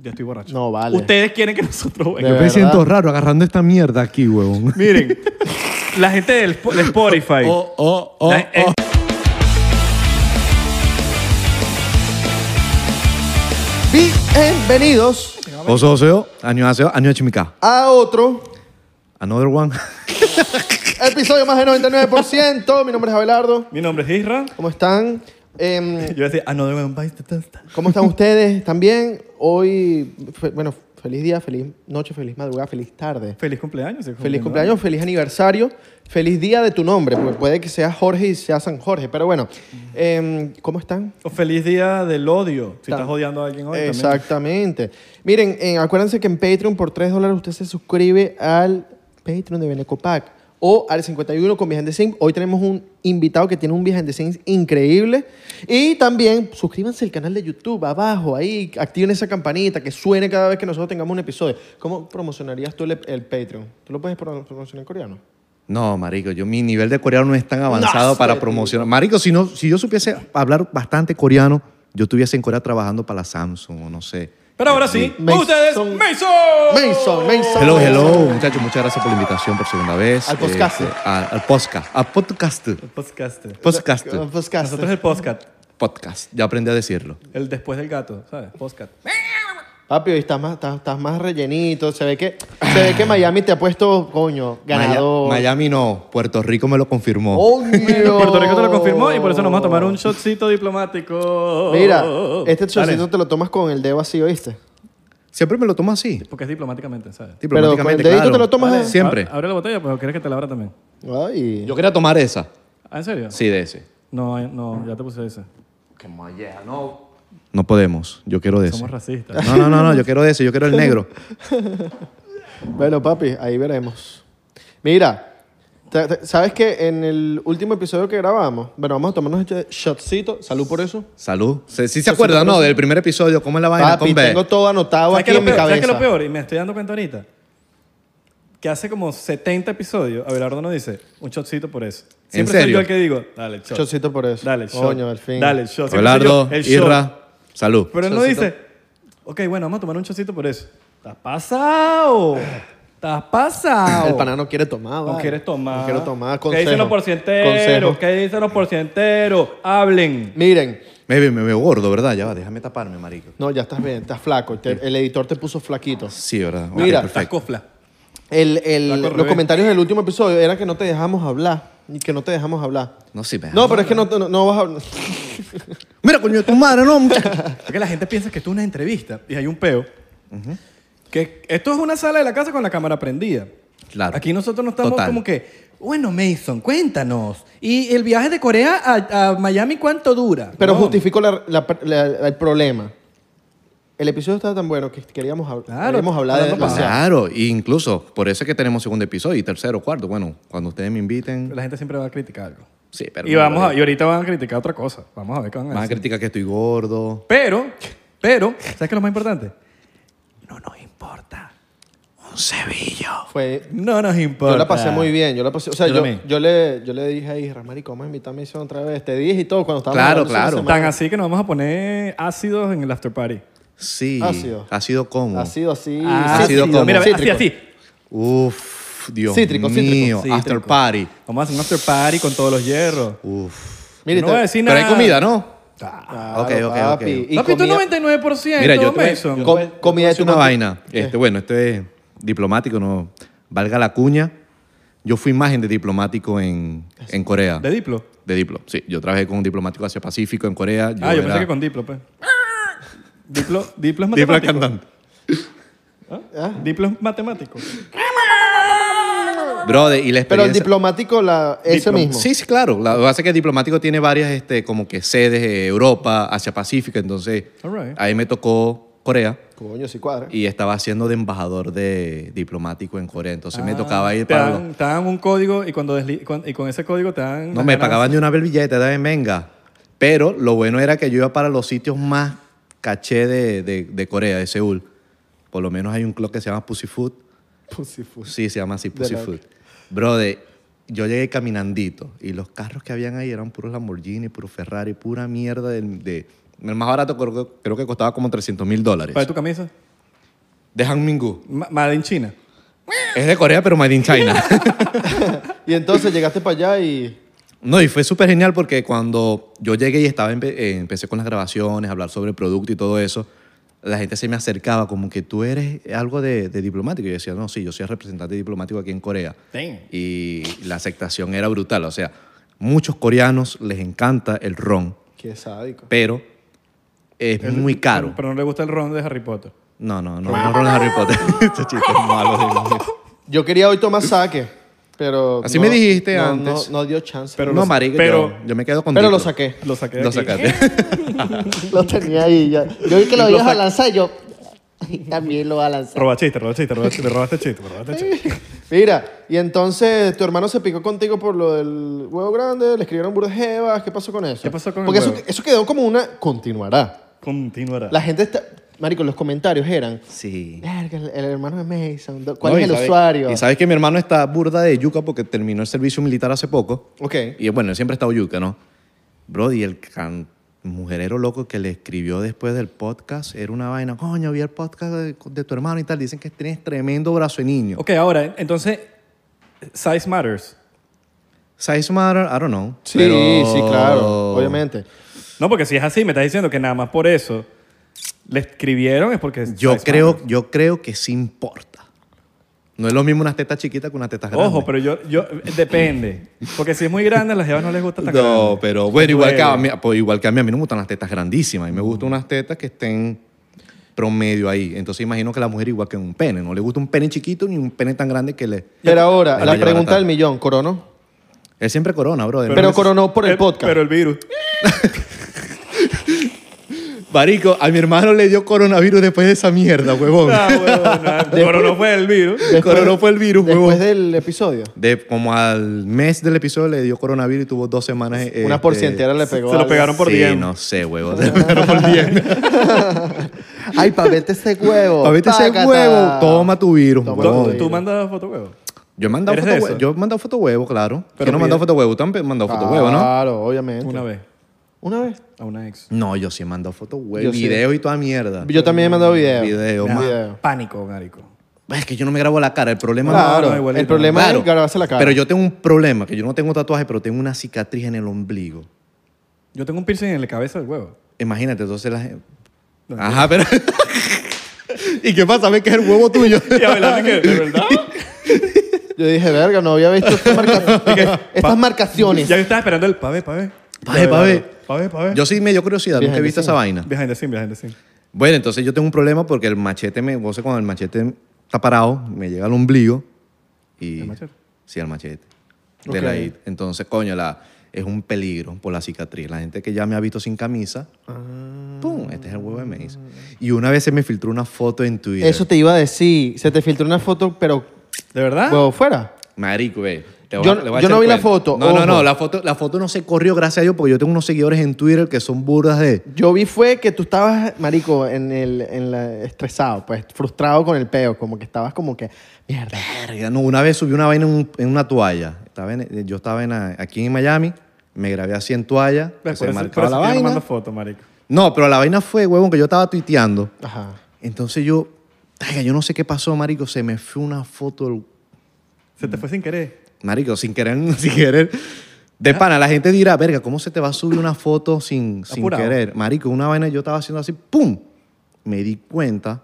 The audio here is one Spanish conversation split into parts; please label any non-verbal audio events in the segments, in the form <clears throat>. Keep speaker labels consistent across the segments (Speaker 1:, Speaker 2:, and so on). Speaker 1: Ya estoy borracho.
Speaker 2: No, vale.
Speaker 1: Ustedes quieren que nosotros
Speaker 2: De
Speaker 1: vengan.
Speaker 3: Yo me
Speaker 2: verdad.
Speaker 3: siento raro agarrando esta mierda
Speaker 2: <laughs>
Speaker 3: aquí, huevón.
Speaker 1: Miren, la gente del, Sp- de Spotify.
Speaker 3: Oh, oh, oh,
Speaker 1: La- eh,
Speaker 3: oh.
Speaker 2: Bienvenidos
Speaker 3: Oso, oseo, año aseo, año chimica.
Speaker 2: a otro
Speaker 3: Another one.
Speaker 2: episodio más de 99%. Mi nombre es Abelardo.
Speaker 1: Mi nombre es Isra.
Speaker 2: ¿Cómo están? Em,
Speaker 1: Yo decía, ah, no, de país de testa.
Speaker 2: ¿Cómo están ustedes también? Hoy, fe- bueno, feliz día, feliz noche, feliz madrugada, feliz tarde.
Speaker 1: Feliz cumpleaños. se cumple,
Speaker 2: Feliz
Speaker 1: ¿no?
Speaker 2: cumpleaños, feliz aniversario, feliz día de tu nombre, porque puede que sea Jorge y sea San Jorge, pero bueno, em, ¿cómo están?
Speaker 1: O feliz día del odio. Si
Speaker 2: Tan-
Speaker 1: estás odiando a alguien hoy. también.
Speaker 2: Exactamente. Miren, eh, acuérdense que en Patreon por 3 dólares usted se suscribe al Patreon de Benecopac o al 51 con Behind the Scenes. Hoy tenemos un invitado que tiene un Behind the Scenes increíble. Y también suscríbanse al canal de YouTube abajo, ahí activen esa campanita que suene cada vez que nosotros tengamos un episodio. ¿Cómo promocionarías tú el, el Patreon? ¿Tú lo puedes pro- promocionar en coreano?
Speaker 3: No, marico, yo mi nivel de coreano no es tan avanzado
Speaker 2: No,
Speaker 3: para
Speaker 2: sí,
Speaker 3: promocionar. Marico, si, no, si yo supiese hablar bastante coreano, yo estuviese en Corea trabajando para la Samsung o no sé.
Speaker 1: Pero ahora sí,
Speaker 2: Mason.
Speaker 1: ustedes, Mason.
Speaker 2: Mason, Mason.
Speaker 3: Hello, hello, muchachos, muchas gracias por la invitación por segunda vez.
Speaker 2: Al podcast.
Speaker 3: Este, a- al podcast. Al podcast.
Speaker 1: El podcast.
Speaker 3: Podcast.
Speaker 2: Podcast.
Speaker 1: Nosotros el podcast.
Speaker 3: Podcast. Ya aprendí a decirlo.
Speaker 1: El después del gato, ¿sabes? Podcast.
Speaker 2: Papi, hoy estás más, estás, estás más rellenito. Se ve, que, se ve que Miami te ha puesto, coño, ganador. Oh.
Speaker 3: Maya- Miami no, Puerto Rico me lo confirmó.
Speaker 2: Coño.
Speaker 1: Oh, Puerto Rico te lo confirmó y por eso nos vamos a tomar un shotcito diplomático.
Speaker 2: Mira, este
Speaker 1: Dale,
Speaker 2: chocito te lo tomas con el dedo así, ¿oíste?
Speaker 3: Siempre me lo tomo así.
Speaker 1: Porque es diplomáticamente, ¿sabes?
Speaker 3: Diplomáticamente,
Speaker 2: con el dedito
Speaker 3: claro.
Speaker 2: te lo tomas así.
Speaker 3: Siempre.
Speaker 1: Ab- Abre la botella, pero ¿quieres que te la abra también?
Speaker 2: Ay.
Speaker 3: Yo quería tomar esa.
Speaker 1: ¿Ah, en serio?
Speaker 3: Sí, de ese.
Speaker 1: No, eh, no, ya te puse ese.
Speaker 3: No podemos. Yo quiero de ese.
Speaker 1: Somos
Speaker 2: Ah,
Speaker 1: racistas.
Speaker 3: No, no, no, no, yo quiero de ese, yo
Speaker 1: <laughs>
Speaker 3: quiero el negro.
Speaker 2: Bueno, papi, ahí veremos. Mira, te- te- ¿sabes que en el último episodio que grabamos, bueno, vamos a tomarnos este shotcito. Salud por eso.
Speaker 3: Salud. ¿Sí, sí se acuerda, no? Del primer episodio, ¿cómo es la vaina?
Speaker 2: Papi,
Speaker 3: Con B.
Speaker 2: tengo todo anotado
Speaker 1: ¿Sabes
Speaker 2: aquí
Speaker 1: qué es
Speaker 2: en
Speaker 1: lo peor?
Speaker 2: mi
Speaker 1: ¿Sabes qué es
Speaker 2: cabeza.
Speaker 1: lo peor? Y me estoy dando cuenta ahorita. Que hace como 70 episodios, Abelardo nos dice, un shotcito por eso.
Speaker 3: ¿En
Speaker 1: Siempre soy
Speaker 3: serio?
Speaker 1: yo el que digo, dale, shot.
Speaker 2: Shotcito por eso.
Speaker 1: Dale, shot.
Speaker 2: Coño, al fin.
Speaker 1: Dale, shot. Siempre soy yo,
Speaker 3: Abelardo,
Speaker 1: el shot.
Speaker 3: Irra, salud.
Speaker 1: Pero él no
Speaker 2: Shotcito.
Speaker 1: dice, ok, bueno, vamos a tomar un shotcito por eso. Estás pasado. Estás pasado.
Speaker 2: El pana no quiere tomar,
Speaker 1: Ah, No
Speaker 2: vale.
Speaker 1: quieres tomar.
Speaker 2: No quiero tomar.
Speaker 1: ¿Qué dicen los
Speaker 2: Consejo.
Speaker 1: porcienteros?
Speaker 2: Consejo.
Speaker 1: ¿Qué dicen los porcienteros? Hablen.
Speaker 2: Miren,
Speaker 3: Me, veo- me veo gordo, ¿verdad? Ya va, déjame taparme, marico.
Speaker 2: no, ya estás bien, estás flaco. Te- el editor te puso flaquito.
Speaker 3: Sí, ¿verdad? Ok,
Speaker 2: Mira,
Speaker 1: Estás
Speaker 3: perfecto.
Speaker 1: cofla.
Speaker 2: El, el-
Speaker 1: Flaco al
Speaker 2: los
Speaker 1: revés.
Speaker 2: comentarios del último episodio eran que no te dejamos hablar. Y que no te dejamos hablar.
Speaker 3: No, sí, me-
Speaker 2: No, pero es que no, no, no vas a hablar.
Speaker 3: Mira, coño, tu madre, no, muchacho.
Speaker 1: Porque la gente piensa que esto es una entrevista y hay un peo. Que esto es una sala de la casa con la cámara prendida.
Speaker 3: Claro.
Speaker 1: Aquí nosotros no estamos
Speaker 3: Total.
Speaker 1: como que, bueno, Mason, cuéntanos. ¿Y el viaje de Corea a, a Miami cuánto dura?
Speaker 2: Pero
Speaker 1: No.
Speaker 2: justifico la- la- la- el problema. El episodio estaba tan bueno que queríamos, hab-
Speaker 1: Claro,
Speaker 2: queríamos hablar de
Speaker 1: hablando
Speaker 2: <laughs> o sea,
Speaker 3: Claro, e incluso por eso es que tenemos segundo episodio y tercero, cuarto. Bueno, cuando ustedes me inviten.
Speaker 1: La gente siempre va a criticar algo.
Speaker 3: Sí, pero.
Speaker 1: Y, vamos a- y ahorita van a criticar otra cosa. Vamos a ver qué van a
Speaker 3: Van a
Speaker 1: decir.
Speaker 3: criticar que estoy gordo.
Speaker 1: Pero, pero, ¿sabes qué es lo más importante? No nos importa. Un cebillo.
Speaker 2: fue,
Speaker 1: No nos importa.
Speaker 2: yo la pasé muy bien. Yo la pasé, o sea,
Speaker 1: Yo
Speaker 2: yo,
Speaker 1: también.
Speaker 2: yo le, yo le dije a Isra, marico, vamos a invitar a Mason otra vez. Te dije y todo cuando estábamos
Speaker 3: Claro,
Speaker 2: hablando hace
Speaker 3: claro.
Speaker 2: una
Speaker 1: Tan
Speaker 2: semana.
Speaker 1: así que nos vamos a poner ácidos en el after party.
Speaker 3: Sí.
Speaker 2: Ácido.
Speaker 3: Ha sido como.
Speaker 2: Ha sido así.
Speaker 3: ha sido Ah, como-
Speaker 1: Mira, ve, así,
Speaker 2: Cítrico.
Speaker 1: así.
Speaker 3: Uf, Dios
Speaker 2: Cítrico, cítrico,
Speaker 3: mío.
Speaker 1: cítrico.
Speaker 3: After party.
Speaker 1: Vamos a hacer un after party con todos los hierros.
Speaker 3: Uf.
Speaker 2: Mira,
Speaker 1: no
Speaker 2: te-
Speaker 1: voy a decir
Speaker 3: Pero
Speaker 1: nada.
Speaker 3: hay comida, ¿no?
Speaker 2: Claro,
Speaker 3: Ok, ok, ok.
Speaker 2: papi. Y
Speaker 1: Papi, tú
Speaker 2: comida-
Speaker 1: 99%,
Speaker 3: Ah. Mira, yo te voy-
Speaker 1: Mason.
Speaker 3: yo
Speaker 2: Com- comida de
Speaker 3: Es
Speaker 2: tu
Speaker 3: una
Speaker 2: mamá.
Speaker 3: vaina. Este, bueno, esto es diplomático, no valga la cuña. Yo fui imagen de diplomático en, en Corea.
Speaker 1: ¿De Diplo?
Speaker 3: De Diplo, sí. Yo trabajé con un diplomático hacia Pacífico en Corea.
Speaker 1: ah, yo
Speaker 3: era- <laughs>
Speaker 1: pensé que con Diplo, pues. Diplo, Diplo es
Speaker 3: Diplo es
Speaker 1: matemático.
Speaker 3: cantante.
Speaker 2: ¿Ah?
Speaker 1: Diplo es matemático.
Speaker 3: Brother, y la
Speaker 2: Pero el
Speaker 3: experiencia...
Speaker 2: diplomático, la, eso
Speaker 1: Diplom-
Speaker 2: mismo.
Speaker 3: Sí, sí, claro. La- Lo que pasa es que el diplomático tiene varias este, como que sedes, eh, Europa, Asia Pacífica. Entonces,
Speaker 1: All right.
Speaker 3: ahí me tocó Corea
Speaker 2: Coño, sí cuadra. <laughs>
Speaker 3: y estaba haciendo de embajador de diplomático en Corea. Entonces me
Speaker 1: Ah,
Speaker 3: tocaba ir
Speaker 1: te
Speaker 3: para...
Speaker 1: dan,
Speaker 3: los-
Speaker 1: te dan un código y, cuando desli- cuan- y con ese código te dan...
Speaker 3: No,
Speaker 1: las
Speaker 3: me
Speaker 1: ganas.
Speaker 3: pagaban de una vez el billete, también venga. Pero lo bueno era que yo iba para los sitios más caché de, de- de Corea, de Seúl. Por lo menos hay un club que se llama Pussy Food.
Speaker 2: Pussy food.
Speaker 3: Sí, se llama así,
Speaker 2: De
Speaker 3: Pussy
Speaker 2: la-
Speaker 3: Food. Brother, yo llegué caminandito y los carros que habían ahí eran puros Lamborghini, puros Ferrari, pura mierda del- de... el más barato creo, que- creo que costaba como 300 mil dólares.
Speaker 1: ¿Para tu camisa?
Speaker 3: de Hangmingu.
Speaker 1: Ma- Made in China.
Speaker 3: Es de Corea, pero made
Speaker 1: <laughs>
Speaker 3: in China.
Speaker 2: Y entonces llegaste para allá y...
Speaker 3: No, y fue súper genial porque cuando yo llegué y estaba empe- eh, empecé con las grabaciones, a hablar sobre el producto y todo eso, la gente se me acercaba como que tú eres algo de, de diplomático. Y yo decía, no, sí, yo soy representante diplomático aquí en Corea.
Speaker 1: Damn.
Speaker 3: Y la aceptación era brutal. O sea, muchos coreanos les encanta el ron,
Speaker 2: Qué sádico.
Speaker 3: pero es muy caro.
Speaker 1: Pero no le gusta el ron de Harry Potter.
Speaker 3: No, no, no, no ron de Harry Potter. <laughs> Este chiste es malo. de
Speaker 1: <laughs>
Speaker 3: verdad.
Speaker 2: Yo quería hoy tomar saque, pero...
Speaker 3: Así me dijiste
Speaker 2: no-
Speaker 3: antes.
Speaker 2: No, no dio chance.
Speaker 1: Pero
Speaker 4: <laughs>
Speaker 3: no,
Speaker 1: lo-
Speaker 3: marico,
Speaker 1: pero-
Speaker 3: yo, yo me quedo con
Speaker 2: Pero lo
Speaker 3: Diplo.
Speaker 2: saqué.
Speaker 1: Lo saqué de
Speaker 3: Lo
Speaker 1: aquí.
Speaker 3: sacaste.
Speaker 1: <laughs>
Speaker 2: Lo tenía ahí ya.
Speaker 4: Yo
Speaker 3: <laughs>
Speaker 4: vi que lo
Speaker 1: Lo
Speaker 4: ibas a
Speaker 1: sac-
Speaker 4: lanzar y yo <laughs> también lo voy a lanzar.
Speaker 1: Roba chiste, roba chiste, roba chiste, le robaste chiste, le robaste chiste.
Speaker 3: <laughs>
Speaker 2: Mira, y entonces tu hermano se picó contigo por lo del huevo grande, le escribieron burjevas, ¿qué pasó con eso?
Speaker 1: ¿Qué pasó con el
Speaker 2: Porque eso,
Speaker 1: huevo?
Speaker 2: eso quedó como una... Continuará.
Speaker 1: Continuará.
Speaker 2: La gente está... Marico, los comentarios eran...
Speaker 3: Sí.
Speaker 2: Verga, el, el hermano de Mason, do- ¿cuál
Speaker 3: No,
Speaker 2: es
Speaker 3: y
Speaker 2: el
Speaker 3: sabe-
Speaker 2: usuario?
Speaker 3: Y sabes que mi hermano está burda de yuca porque terminó el servicio militar hace poco.
Speaker 2: Ok.
Speaker 3: Y bueno, él siempre ha estado yuca, ¿no? Brody, el can- mujerero loco que le escribió después del podcast era una vaina. Coño, vi el podcast de, de tu hermano y tal. Dicen que tienes tremendo brazo de niño.
Speaker 1: Ok, ahora, entonces, size matters.
Speaker 3: Size matter, I don't know.
Speaker 2: Sí,
Speaker 3: pero-
Speaker 2: sí, claro, obviamente.
Speaker 1: No, porque si es así, me estás diciendo que nada más por eso le escribieron es porque...
Speaker 3: Yo
Speaker 1: size
Speaker 3: creo,
Speaker 1: matters.
Speaker 3: yo creo que sí importa. No es lo mismo unas tetas chiquitas que unas tetas grandes.
Speaker 1: Ojo, pero yo, yo... Depende. Porque si es muy grande, a las jevas no les gusta tan grande.
Speaker 3: No, pero bueno, igual que, a
Speaker 1: Duele.
Speaker 3: mí, pues, igual que a mí, a mí no me gustan las tetas grandísimas. A mí me gustan unas tetas que estén promedio ahí. Entonces imagino que la mujer igual que un pene. No le gusta un pene chiquito ni un pene tan grande que le...
Speaker 2: Pero ahora,
Speaker 3: le
Speaker 2: la
Speaker 3: lleva
Speaker 2: pregunta del
Speaker 3: tapa.
Speaker 2: millón, ¿coronó?
Speaker 3: Él siempre corona, bro.
Speaker 2: Pero, coronó por el, podcast.
Speaker 1: Pero el virus.
Speaker 3: Marico, a mi hermano le dio coronavirus después de esa
Speaker 1: <laughs>
Speaker 3: mierda, huevón.
Speaker 1: <laughs> Ah, huevón, no, Pero no fue el virus.
Speaker 3: coronó fue el virus,
Speaker 2: Después
Speaker 3: huevón.
Speaker 2: del episodio,
Speaker 3: De, como al mes del episodio le dio coronavirus y tuvo dos semanas...
Speaker 2: una
Speaker 3: este,
Speaker 2: porcientera le pegó.
Speaker 1: se lo
Speaker 2: al-
Speaker 1: pegaron por
Speaker 3: sí,
Speaker 1: 10.
Speaker 3: no sé, huevón. Se lo pegaron por 10.
Speaker 2: Ay, pa' verte ese huevo.
Speaker 3: Pa' verte ese
Speaker 2: Pácata.
Speaker 3: huevo, toma tu virus,
Speaker 2: Toma
Speaker 3: huevón.
Speaker 1: ¿Tú, tú mandas foto, huevo.
Speaker 3: Yo he mandado
Speaker 1: ¿Eres
Speaker 3: foto
Speaker 1: de
Speaker 3: huevo,
Speaker 1: esos?
Speaker 3: yo he mandado foto huevo, claro.
Speaker 1: Pero
Speaker 3: yo no he
Speaker 1: pide-
Speaker 3: mandado foto huevo, tú has mandado foto huevo, ¿no?
Speaker 2: Claro, obviamente.
Speaker 1: Una vez.
Speaker 2: Una vez.
Speaker 1: A una ex.
Speaker 3: No, yo sí he mandado foto huevo,
Speaker 2: Yo sí.
Speaker 3: video y toda mierda.
Speaker 2: Yo también he mandado video.
Speaker 3: Video,
Speaker 2: Nah.
Speaker 3: ma.
Speaker 2: Video.
Speaker 1: Pánico, marico.
Speaker 3: Es que yo no me grabo la cara, el problema
Speaker 1: Claro,
Speaker 2: Claro,
Speaker 1: no, igualito.
Speaker 2: el problema
Speaker 3: Claro,
Speaker 2: es grabarse la cara.
Speaker 3: Pero yo tengo un problema, que yo no tengo tatuaje, pero tengo una cicatriz en el ombligo.
Speaker 1: Yo tengo un piercing en la cabeza del huevo.
Speaker 3: Imagínate, entonces la gente- Ajá, pero... <laughs> ¿Y qué pasa? ¿Ves que es el
Speaker 2: <laughs>
Speaker 3: huevo tuyo?
Speaker 1: <laughs> Y Abelardo, ¿qué? ¿De <laughs> verdad?
Speaker 2: Yo dije, verga, no había visto este estas,
Speaker 3: <laughs>
Speaker 2: marca-
Speaker 1: Pa-
Speaker 2: <laughs> estas marcaciones.
Speaker 1: Ya yo estaba esperando el pa' ver, pa' ver.
Speaker 3: Pa' ver, pa' ver.
Speaker 1: Pa' ver, pa' ver.
Speaker 3: yo sí me dio curiosidad, nunca he
Speaker 2: Behind the
Speaker 3: visto esa
Speaker 2: scene.
Speaker 3: vaina.
Speaker 1: Behind the scene, behind the scene.
Speaker 3: Bueno, entonces yo tengo un problema porque el machete me... Vos sé, cuando el machete está parado, me llega al ombligo y...
Speaker 1: ¿El machete?
Speaker 3: Sí, el machete.
Speaker 2: Ok.
Speaker 3: De la id. Entonces, coño, la, es un peligro por la cicatriz. La gente que ya me ha visto sin camisa,
Speaker 2: Ah.
Speaker 3: ¡pum! Este es el huevo de Mace. Y una vez se me filtró una foto en Twitter.
Speaker 2: Eso te iba a decir. Se te filtró una foto, pero
Speaker 1: ¿De
Speaker 3: Ah.
Speaker 1: verdad?
Speaker 2: huevo fuera.
Speaker 3: Marico, ve. te
Speaker 2: Yo-
Speaker 3: le a
Speaker 2: yo no
Speaker 3: echar
Speaker 2: vi la
Speaker 3: cuento.
Speaker 2: foto,
Speaker 3: No, no,
Speaker 2: ojo.
Speaker 3: no. La foto, la foto no se corrió, gracias a Dios, porque yo tengo unos seguidores en Twitter que son burdas de...
Speaker 2: Yo vi fue que tú estabas, marico, en el, en la, estresado, pues, frustrado con el peo, como que estabas como que, mierda.
Speaker 3: Verga, no, una vez subí una vaina en, un- en una toalla. Estaba en- eh, yo estaba en, ah, aquí en Miami, me grabé así en toalla,
Speaker 1: Pues Por eso-
Speaker 3: se
Speaker 1: por
Speaker 3: marcaba
Speaker 1: eso que
Speaker 3: la
Speaker 1: yo no mando
Speaker 3: vaina.
Speaker 1: foto, marico.
Speaker 3: No, pero la vaina fue, huevón, que yo estaba tuiteando.
Speaker 2: Ajá.
Speaker 3: Entonces yo, "Taiga, yo no sé qué pasó, marico, se me fue una foto, del-
Speaker 1: Se te fue sin querer.
Speaker 3: marico, sin querer, <laughs> sin querer. De
Speaker 1: Ah.
Speaker 3: pana, la gente dirá, verga, ¿cómo se te va a subir una foto sin, sin
Speaker 1: Apurado.
Speaker 3: querer? Marico, una vaina yo estaba haciendo así, ¡pum! Me di cuenta,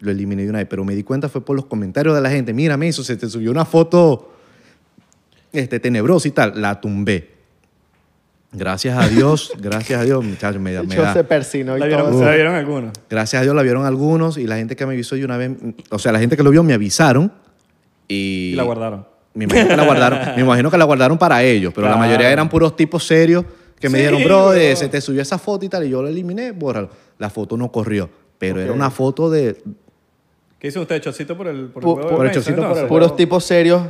Speaker 3: lo eliminé de una vez, pero me di cuenta fue por los comentarios de la gente. Mira, me hizo, se te subió una foto este, tenebrosa y tal. La tumbé. Gracias a
Speaker 1: <laughs>
Speaker 3: Dios, gracias a Dios, muchachos, me, da- me
Speaker 2: Yo
Speaker 3: da.
Speaker 2: se persinó y
Speaker 1: ¿La
Speaker 2: todo.
Speaker 1: vieron, se la vieron algunos.
Speaker 3: Gracias a Dios la vieron algunos y la gente que me avisó y una vez, o sea, la gente que lo vio me avisaron y...
Speaker 1: Y la guardaron.
Speaker 3: Me imagino que la
Speaker 1: <laughs>
Speaker 3: guardaron, me imagino que la guardaron para ellos, pero la
Speaker 1: Claro.
Speaker 3: mayoría eran puros tipos serios que me
Speaker 1: Sí,
Speaker 3: dijeron, bro,
Speaker 1: bro.
Speaker 3: se te subió esa foto y tal, y yo la eliminé, bórralo. La foto no corrió, pero era
Speaker 2: Ok.
Speaker 3: una foto de...
Speaker 1: ¿Qué hizo usted? ¿Chocito por el por el
Speaker 2: Pu-
Speaker 1: huevo?
Speaker 3: por
Speaker 1: de
Speaker 3: el
Speaker 1: Mason,
Speaker 3: chocito por el
Speaker 1: entonces?
Speaker 3: huevo.
Speaker 2: Puros tipos serios.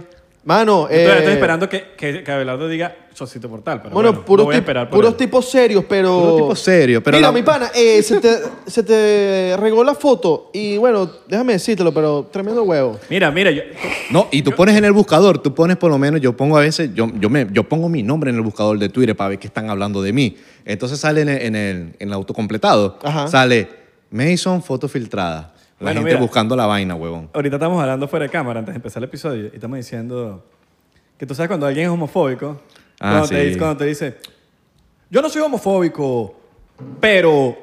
Speaker 2: Mano,
Speaker 1: Yo todavía
Speaker 2: eh,
Speaker 1: estoy esperando que, que, que Abelardo diga chocito por tal, pero
Speaker 2: Bueno,
Speaker 1: bueno,
Speaker 2: puros,
Speaker 1: no voy a
Speaker 2: tip-
Speaker 1: esperar por
Speaker 2: puros
Speaker 1: él.
Speaker 2: tipos serios, pero...
Speaker 3: Puros tipos serios, pero
Speaker 2: Mira,
Speaker 3: la-
Speaker 2: mi pana,
Speaker 3: <laughs>
Speaker 2: eh, se, te, se te regó la foto y, bueno, déjame decírtelo, pero tremendo huevo.
Speaker 1: Mira, mira, yo,
Speaker 3: No, y tú pones en el buscador, tú pones por lo menos, yo pongo a veces, yo, yo, me, yo pongo mi nombre en el buscador de Twitter para ver qué están hablando de mí. Entonces sale en el, en el, en el autocompletado,
Speaker 2: Ajá.
Speaker 3: sale Mason, foto filtrada. La
Speaker 1: Bueno,
Speaker 3: gente
Speaker 1: mira.
Speaker 3: buscando la vaina, huevón.
Speaker 1: Ahorita estamos hablando fuera de cámara antes de empezar el episodio y estamos diciendo que tú sabes cuando alguien es homofóbico,
Speaker 3: Ah,
Speaker 1: cuando, te,
Speaker 3: sí.
Speaker 1: dice- cuando te dice, yo no soy homofóbico, pero...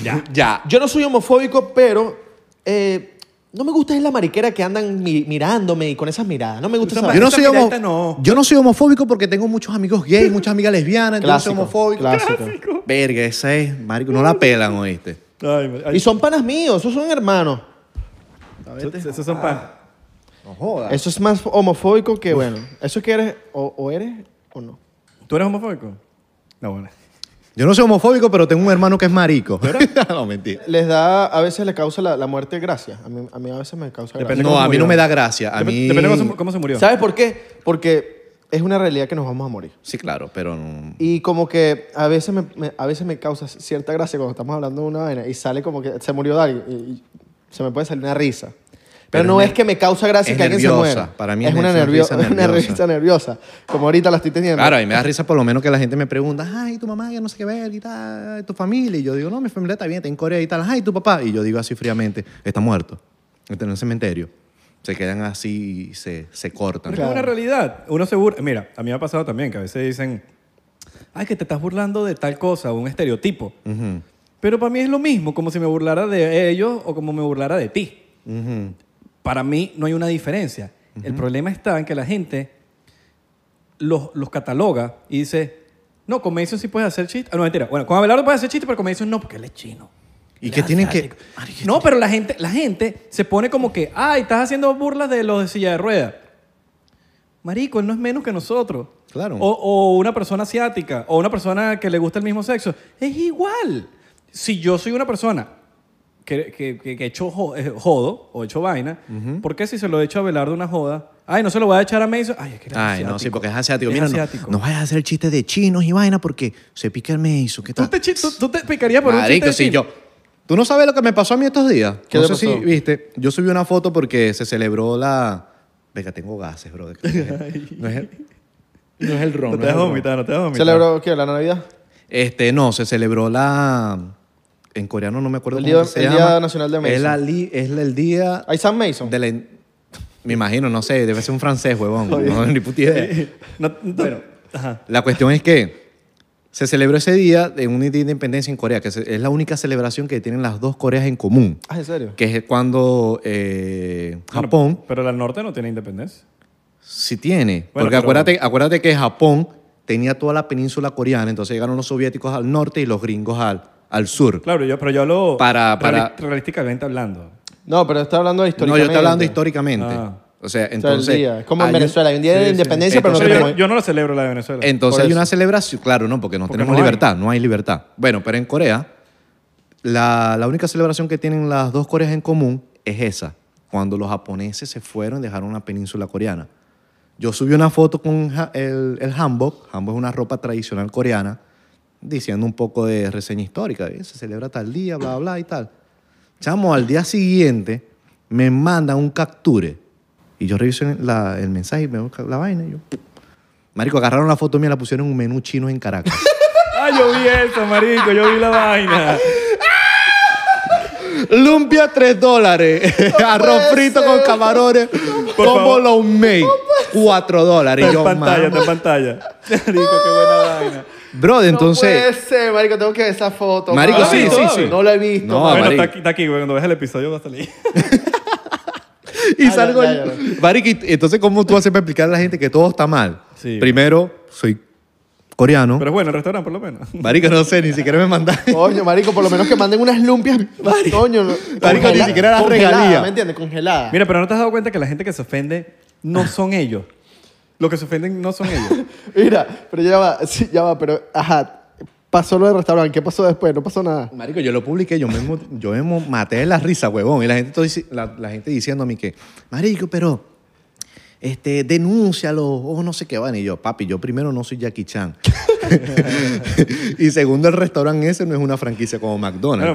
Speaker 1: Ya.
Speaker 3: Ya.
Speaker 2: Yo no soy homofóbico, pero eh, no me gusta es la mariquera que andan mi- mirándome y con esas miradas. No me gusta
Speaker 1: Esa
Speaker 2: esa
Speaker 1: ma-
Speaker 3: Yo no, soy
Speaker 1: Esa
Speaker 3: homo-
Speaker 1: mirada no.
Speaker 3: yo no soy homofóbico porque tengo muchos amigos gays, muchas amigas lesbianas, entonces soy
Speaker 2: Clásico,
Speaker 3: homofóbico.
Speaker 2: clásico.
Speaker 3: Verga, esa es, marico, no la pelan, ¿oíste?
Speaker 1: Ay, mar- ay,
Speaker 2: Y son panas míos, esos son hermanos.
Speaker 1: esos- esos son pan.
Speaker 3: Ah. No jodas.
Speaker 2: Eso es más homofóbico que, bueno, eso es que eres o, o eres o no.
Speaker 1: ¿Tú eres homofóbico? No, bueno.
Speaker 3: Yo no soy homofóbico, pero tengo un hermano que es marico. <laughs> no, mentira.
Speaker 2: Les da, a veces les causa la, la muerte gracia. A mí, a mí a veces me causa gracia.
Speaker 1: Depende
Speaker 3: No,
Speaker 1: cómo
Speaker 3: a mí
Speaker 1: murió.
Speaker 3: no me da gracia. A
Speaker 1: Dep-
Speaker 3: mí...
Speaker 1: Depende de cómo se, cómo se murió.
Speaker 2: ¿Sabes por qué? Porque es una realidad que nos vamos a morir.
Speaker 3: Sí, claro, pero... no-
Speaker 2: Y como que a veces me, me- a veces me causa cierta gracia cuando estamos hablando de una vaina y sale como que se murió alguien y, y se me puede salir una risa. Pero,
Speaker 3: Pero
Speaker 2: no
Speaker 3: es
Speaker 2: es que me causa gracia
Speaker 3: es
Speaker 2: que alguien se
Speaker 3: nerviosa.
Speaker 2: muera.
Speaker 3: Para mí
Speaker 2: es
Speaker 3: es
Speaker 2: una,
Speaker 3: una
Speaker 2: nervio- <laughs>
Speaker 3: risa
Speaker 2: una
Speaker 3: nerviosa.
Speaker 2: risa nerviosa, como ahorita la estoy teniendo.
Speaker 3: Claro, a mí me da risa por lo menos que la gente me pregunta, ay, tu mamá, que no sé qué ver, y tal, tu familia. Y yo digo, no, mi familia está bien, está en Corea y tal. Ay, tu papá. Y yo digo así fríamente, está muerto. Está en un cementerio. Se quedan así y se, se cortan.
Speaker 1: Pero es que es una realidad. Uno se burla. Mira, a mí me ha pasado también que a veces dicen, ay, que te estás burlando de tal cosa, un estereotipo.
Speaker 3: Ujú.
Speaker 1: Pero para mí es lo mismo, como si me burlara de ellos o como me burlara de ti. Para mí no hay una diferencia. El problema está en que la gente los, los cataloga y dice, no, con Mason sí puedes hacer chiste. Ah, no, mentira. Bueno, con Abelardo puedes hacer chiste, pero con Mason no, porque él es chino.
Speaker 3: ¿Y
Speaker 1: Él
Speaker 3: qué
Speaker 1: es
Speaker 3: tienen que-
Speaker 1: asiático. No, pero la gente, la gente se pone como que, ay, estás haciendo burlas de los de silla de ruedas. Marico, él no es menos que nosotros.
Speaker 3: Claro.
Speaker 1: O, o una persona asiática, o una persona que le gusta el mismo sexo. Es igual. Si yo soy una persona que, que, que, que echo jo- eh, jodo o echo vaina, ¿por qué si se lo echo a Belardo una joda? Ay, no se lo voy a echar a Mason. Ay, es que él es
Speaker 3: Ay,
Speaker 1: asiático.
Speaker 3: no, sí, porque es asiático.
Speaker 1: Es
Speaker 3: Mira, no-
Speaker 1: asiático.
Speaker 3: No, vayas a hacer chistes de chinos y vaina porque se pica el meizo. ¿Qué
Speaker 1: ¿Tú,
Speaker 3: tal?
Speaker 1: te, chi- tú- tú te picarías por un chiste
Speaker 3: Marico,
Speaker 1: de
Speaker 3: sí,
Speaker 1: chino?
Speaker 3: yo. Tú no sabes lo que me pasó a mí estos días.
Speaker 2: ¿Qué
Speaker 3: no
Speaker 2: te
Speaker 3: sé si
Speaker 2: pasó?
Speaker 3: viste. Yo subí una foto porque se celebró la. Venga, tengo gases, bro.
Speaker 1: <laughs>
Speaker 3: No es el, no es el ron.
Speaker 1: No
Speaker 3: no
Speaker 1: te vas a
Speaker 3: es el ron.
Speaker 1: vomitar, no te vas a vomitar.
Speaker 2: ¿Celebró qué? ¿La Navidad?
Speaker 3: Este, no, se celebró la. En coreano no me acuerdo
Speaker 2: El
Speaker 3: cómo
Speaker 2: día-
Speaker 3: se
Speaker 2: el
Speaker 3: llama.
Speaker 2: Día Nacional de
Speaker 3: Es,
Speaker 2: Mason.
Speaker 3: la li- es el día.
Speaker 2: ¿Hay Sam Mason?
Speaker 3: de la in- Me imagino, no sé, debe ser un francés, huevón. No, ni puta
Speaker 1: <laughs>
Speaker 3: idea.
Speaker 1: No, no- Ajá.
Speaker 3: La cuestión es que se celebró ese día de una independencia en Corea, que se- es la única celebración que tienen las dos Coreas en común,
Speaker 2: Ah, ¿en serio?
Speaker 3: que es cuando eh,
Speaker 1: Bueno,
Speaker 3: Japón
Speaker 1: pero la norte no tiene independencia.
Speaker 3: sí tiene.
Speaker 1: Bueno,
Speaker 3: porque
Speaker 1: pero-
Speaker 3: acuérdate, acuérdate que Japón tenía toda la península coreana, entonces llegaron los soviéticos al norte y los gringos al, al sur.
Speaker 1: Claro, yo, pero yo hablo
Speaker 3: Para- para-
Speaker 1: reali- realísticamente hablando.
Speaker 2: No, pero está hablando
Speaker 3: No,
Speaker 2: históricamente.
Speaker 3: yo estoy hablando históricamente.
Speaker 1: Ah.
Speaker 3: O sea,
Speaker 2: O sea, el
Speaker 3: entonces...
Speaker 2: día. Es como en
Speaker 3: hay un-
Speaker 2: Venezuela. Hay un día de
Speaker 1: Sí, sí.
Speaker 2: independencia, pero no
Speaker 1: Pero
Speaker 2: tenemos...
Speaker 1: yo, yo no la celebro la de Venezuela.
Speaker 3: Entonces
Speaker 2: Por
Speaker 3: hay
Speaker 2: eso.
Speaker 3: una celebración, claro, no, porque no
Speaker 1: Porque
Speaker 3: tenemos
Speaker 1: no hay.
Speaker 3: libertad, no hay libertad. Bueno, pero en Corea, la, la única celebración que tienen las dos Coreas en común es esa, cuando los japoneses se fueron y dejaron la península coreana. Yo subí una foto con ja- el, el hanbok, hanbok es una ropa tradicional coreana, diciendo un poco de reseña histórica, ¿eh? se celebra tal día, bla, bla, y tal. Chamo, al día siguiente me mandan un capture y yo reviso la- el mensaje y me busca la vaina y yo... Marico, agarraron la foto mía y la pusieron en un menú chino en Caracas.
Speaker 1: Ah, yo vi eso, marico, yo vi la vaina.
Speaker 3: Lumpia 3 dólares. <laughs> Arroz
Speaker 2: puede
Speaker 3: frito
Speaker 2: ser.
Speaker 3: con camarones. Combo
Speaker 1: favor.
Speaker 3: lo make. 4 dólares.
Speaker 1: Está
Speaker 3: Y yo,
Speaker 1: en pantalla, está
Speaker 3: mano.
Speaker 1: en pantalla. Marico, qué buena vaina.
Speaker 3: Brother,
Speaker 2: No puede
Speaker 3: entonces.
Speaker 2: ser, marico. Tengo que ver esa foto.
Speaker 3: Marico,
Speaker 1: sí,
Speaker 2: mano.
Speaker 1: sí, sí.
Speaker 2: No la he visto.
Speaker 3: No,
Speaker 2: mano.
Speaker 1: bueno,
Speaker 3: marico.
Speaker 1: está aquí, está aquí, güey, cuando veas el episodio va a
Speaker 3: <laughs>
Speaker 1: salir.
Speaker 3: y
Speaker 2: Ah,
Speaker 3: salgo
Speaker 2: ya,
Speaker 3: yo.
Speaker 2: ya,
Speaker 3: Marico, y- entonces, ¿cómo tú haces para explicarle a la gente que todo está mal?
Speaker 1: Sí.
Speaker 3: Primero, soy coreano.
Speaker 1: Pero bueno, el restaurante por lo menos. <laughs>
Speaker 3: Marico, no sé, ni siquiera
Speaker 2: <laughs>
Speaker 3: me mandaron.
Speaker 2: Coño, marico, por lo menos que manden unas lumpias. Coño, no-
Speaker 3: Marico, ni
Speaker 2: congela-
Speaker 3: siquiera las
Speaker 2: congelada,
Speaker 3: regalías.
Speaker 2: ¿Me entiendes? Congelada.
Speaker 1: Mira, pero ¿no te has dado cuenta que la gente que se ofende no son ellos? Los que se ofenden no son
Speaker 3: <laughs>
Speaker 1: ellos.
Speaker 2: Mira, pero ya va, sí, ya va, pero ajá. Pasó lo del restaurante, ¿qué pasó después? No pasó nada.
Speaker 3: Marico, yo lo publiqué, yo mismo, yo mismo maté de la risa, huevón. Y la gente, todo dici- la, la gente diciendo a mí que, Marico, pero este, denúncialo o no sé qué van. Y yo, papi, yo primero no soy
Speaker 1: <laughs>
Speaker 3: Jackie Chan. <laughs> y segundo, el restaurante ese no es una franquicia como McDonald's.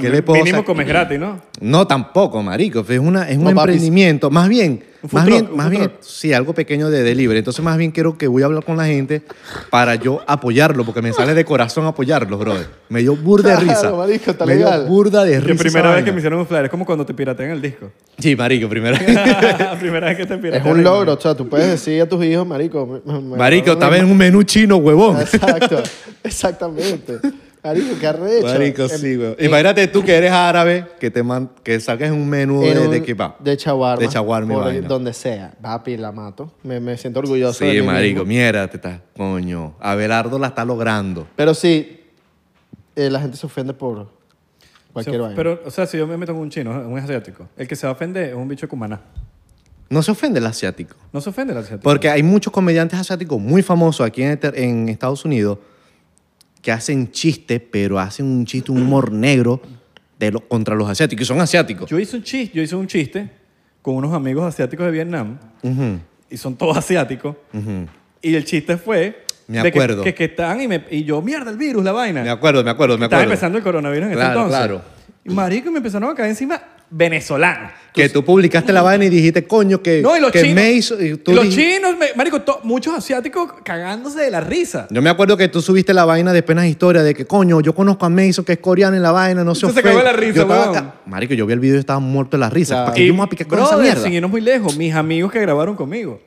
Speaker 1: Bueno,
Speaker 3: ¿Qué le puedo
Speaker 1: mínimo
Speaker 3: sac-
Speaker 1: comes gratis, ¿no?
Speaker 3: No, tampoco, Marico. Es, una, es un
Speaker 2: No, papi.
Speaker 3: emprendimiento. Más bien,
Speaker 1: food
Speaker 3: Más
Speaker 1: truck,
Speaker 3: bien,
Speaker 1: un
Speaker 3: más
Speaker 1: food
Speaker 3: bien,
Speaker 1: truck.
Speaker 3: sí, algo pequeño de delivery. Entonces, más bien quiero que voy a hablar con la gente para yo apoyarlo, porque me sale de corazón apoyarlos, brother. Me dio burda de
Speaker 2: Claro,
Speaker 3: risa.
Speaker 2: marico, está
Speaker 3: me
Speaker 2: legal.
Speaker 3: dio burda de risa.
Speaker 1: Que
Speaker 3: esa
Speaker 1: primera vez que me
Speaker 3: vaina.
Speaker 1: hicieron un flyer es como cuando te piratean el disco.
Speaker 3: <laughs>
Speaker 1: <laughs>
Speaker 3: Sí, marico,
Speaker 2: <laughs>
Speaker 3: primera vez.
Speaker 1: primera vez que te
Speaker 2: Es
Speaker 1: piratean.
Speaker 2: un
Speaker 1: el
Speaker 2: logro, o sea, tú puedes decir a tus hijos, marico. me- me- me agarraron
Speaker 3: marico, estaba
Speaker 2: mi-
Speaker 3: en un menú chino,
Speaker 2: <laughs>
Speaker 3: huevón.
Speaker 2: Exacto, exactamente. Marico, qué arrecho.
Speaker 3: Marico,
Speaker 2: En-
Speaker 3: sí, güey. Imagínate tú que eres árabe, que te man- que saques un menú
Speaker 2: en
Speaker 3: de,
Speaker 2: un-
Speaker 3: de kebab.
Speaker 2: De chaguarma.
Speaker 3: De chaguarma y
Speaker 2: por
Speaker 3: vaina.
Speaker 2: donde sea. Papi, la mato. Me, me siento orgulloso de
Speaker 3: Sí,
Speaker 2: mí
Speaker 3: marico,
Speaker 2: mismo.
Speaker 3: mierda, te estás, coño. Abelardo la está logrando.
Speaker 2: Pero sí, eh, la gente se ofende por
Speaker 1: O sea,
Speaker 2: cualquier vaina.
Speaker 1: Pero, o sea, si yo me meto con un chino, un asiático, el que se ofende es un bicho de cumaná.
Speaker 3: No se ofende el asiático.
Speaker 1: No se ofende el asiático.
Speaker 3: Porque hay muchos comediantes asiáticos muy famosos aquí en, este- en Estados Unidos que hacen chistes, pero hacen un chiste, un humor negro de lo- contra los asiáticos. Y son asiáticos.
Speaker 1: Yo hice un chiste, yo hice un chiste con unos amigos asiáticos de Vietnam
Speaker 3: Ujú,
Speaker 1: y son todos asiáticos.
Speaker 3: ujú.
Speaker 1: Y el chiste fue
Speaker 3: Me
Speaker 1: de que-
Speaker 3: acuerdo.
Speaker 1: que, que, están y, me- y yo, mierda, el virus, la vaina.
Speaker 3: Me acuerdo, me acuerdo, me
Speaker 1: Estaba
Speaker 3: acuerdo.
Speaker 1: empezando el coronavirus en
Speaker 3: Claro,
Speaker 1: ese
Speaker 3: claro.
Speaker 1: entonces. Y marico, me empezaron a caer encima venezolanos.
Speaker 3: Que tú publicaste la vaina y dijiste, coño, que,
Speaker 1: No, y los
Speaker 3: que
Speaker 1: chinos.
Speaker 3: me hizo- y tú
Speaker 1: los
Speaker 3: dijiste-
Speaker 1: chinos, me- marico, to- muchos asiáticos cagándose de la risa.
Speaker 3: Yo me acuerdo que tú subiste la vaina de penas historia de que, coño, yo conozco a Mason, que es coreano en la vaina, no se
Speaker 1: Entonces se cagó
Speaker 3: ofende.
Speaker 1: la risa,
Speaker 3: Yo estaba
Speaker 1: weón.
Speaker 3: acá- Marico, yo vi el video y estaba muerto de la risa.
Speaker 2: Claro.
Speaker 3: ¿Para qué Ah, yo me voy a picar con esa
Speaker 1: brother,
Speaker 3: mierda?
Speaker 1: Sin irnos muy lejos, mis amigos que grabaron conmigo.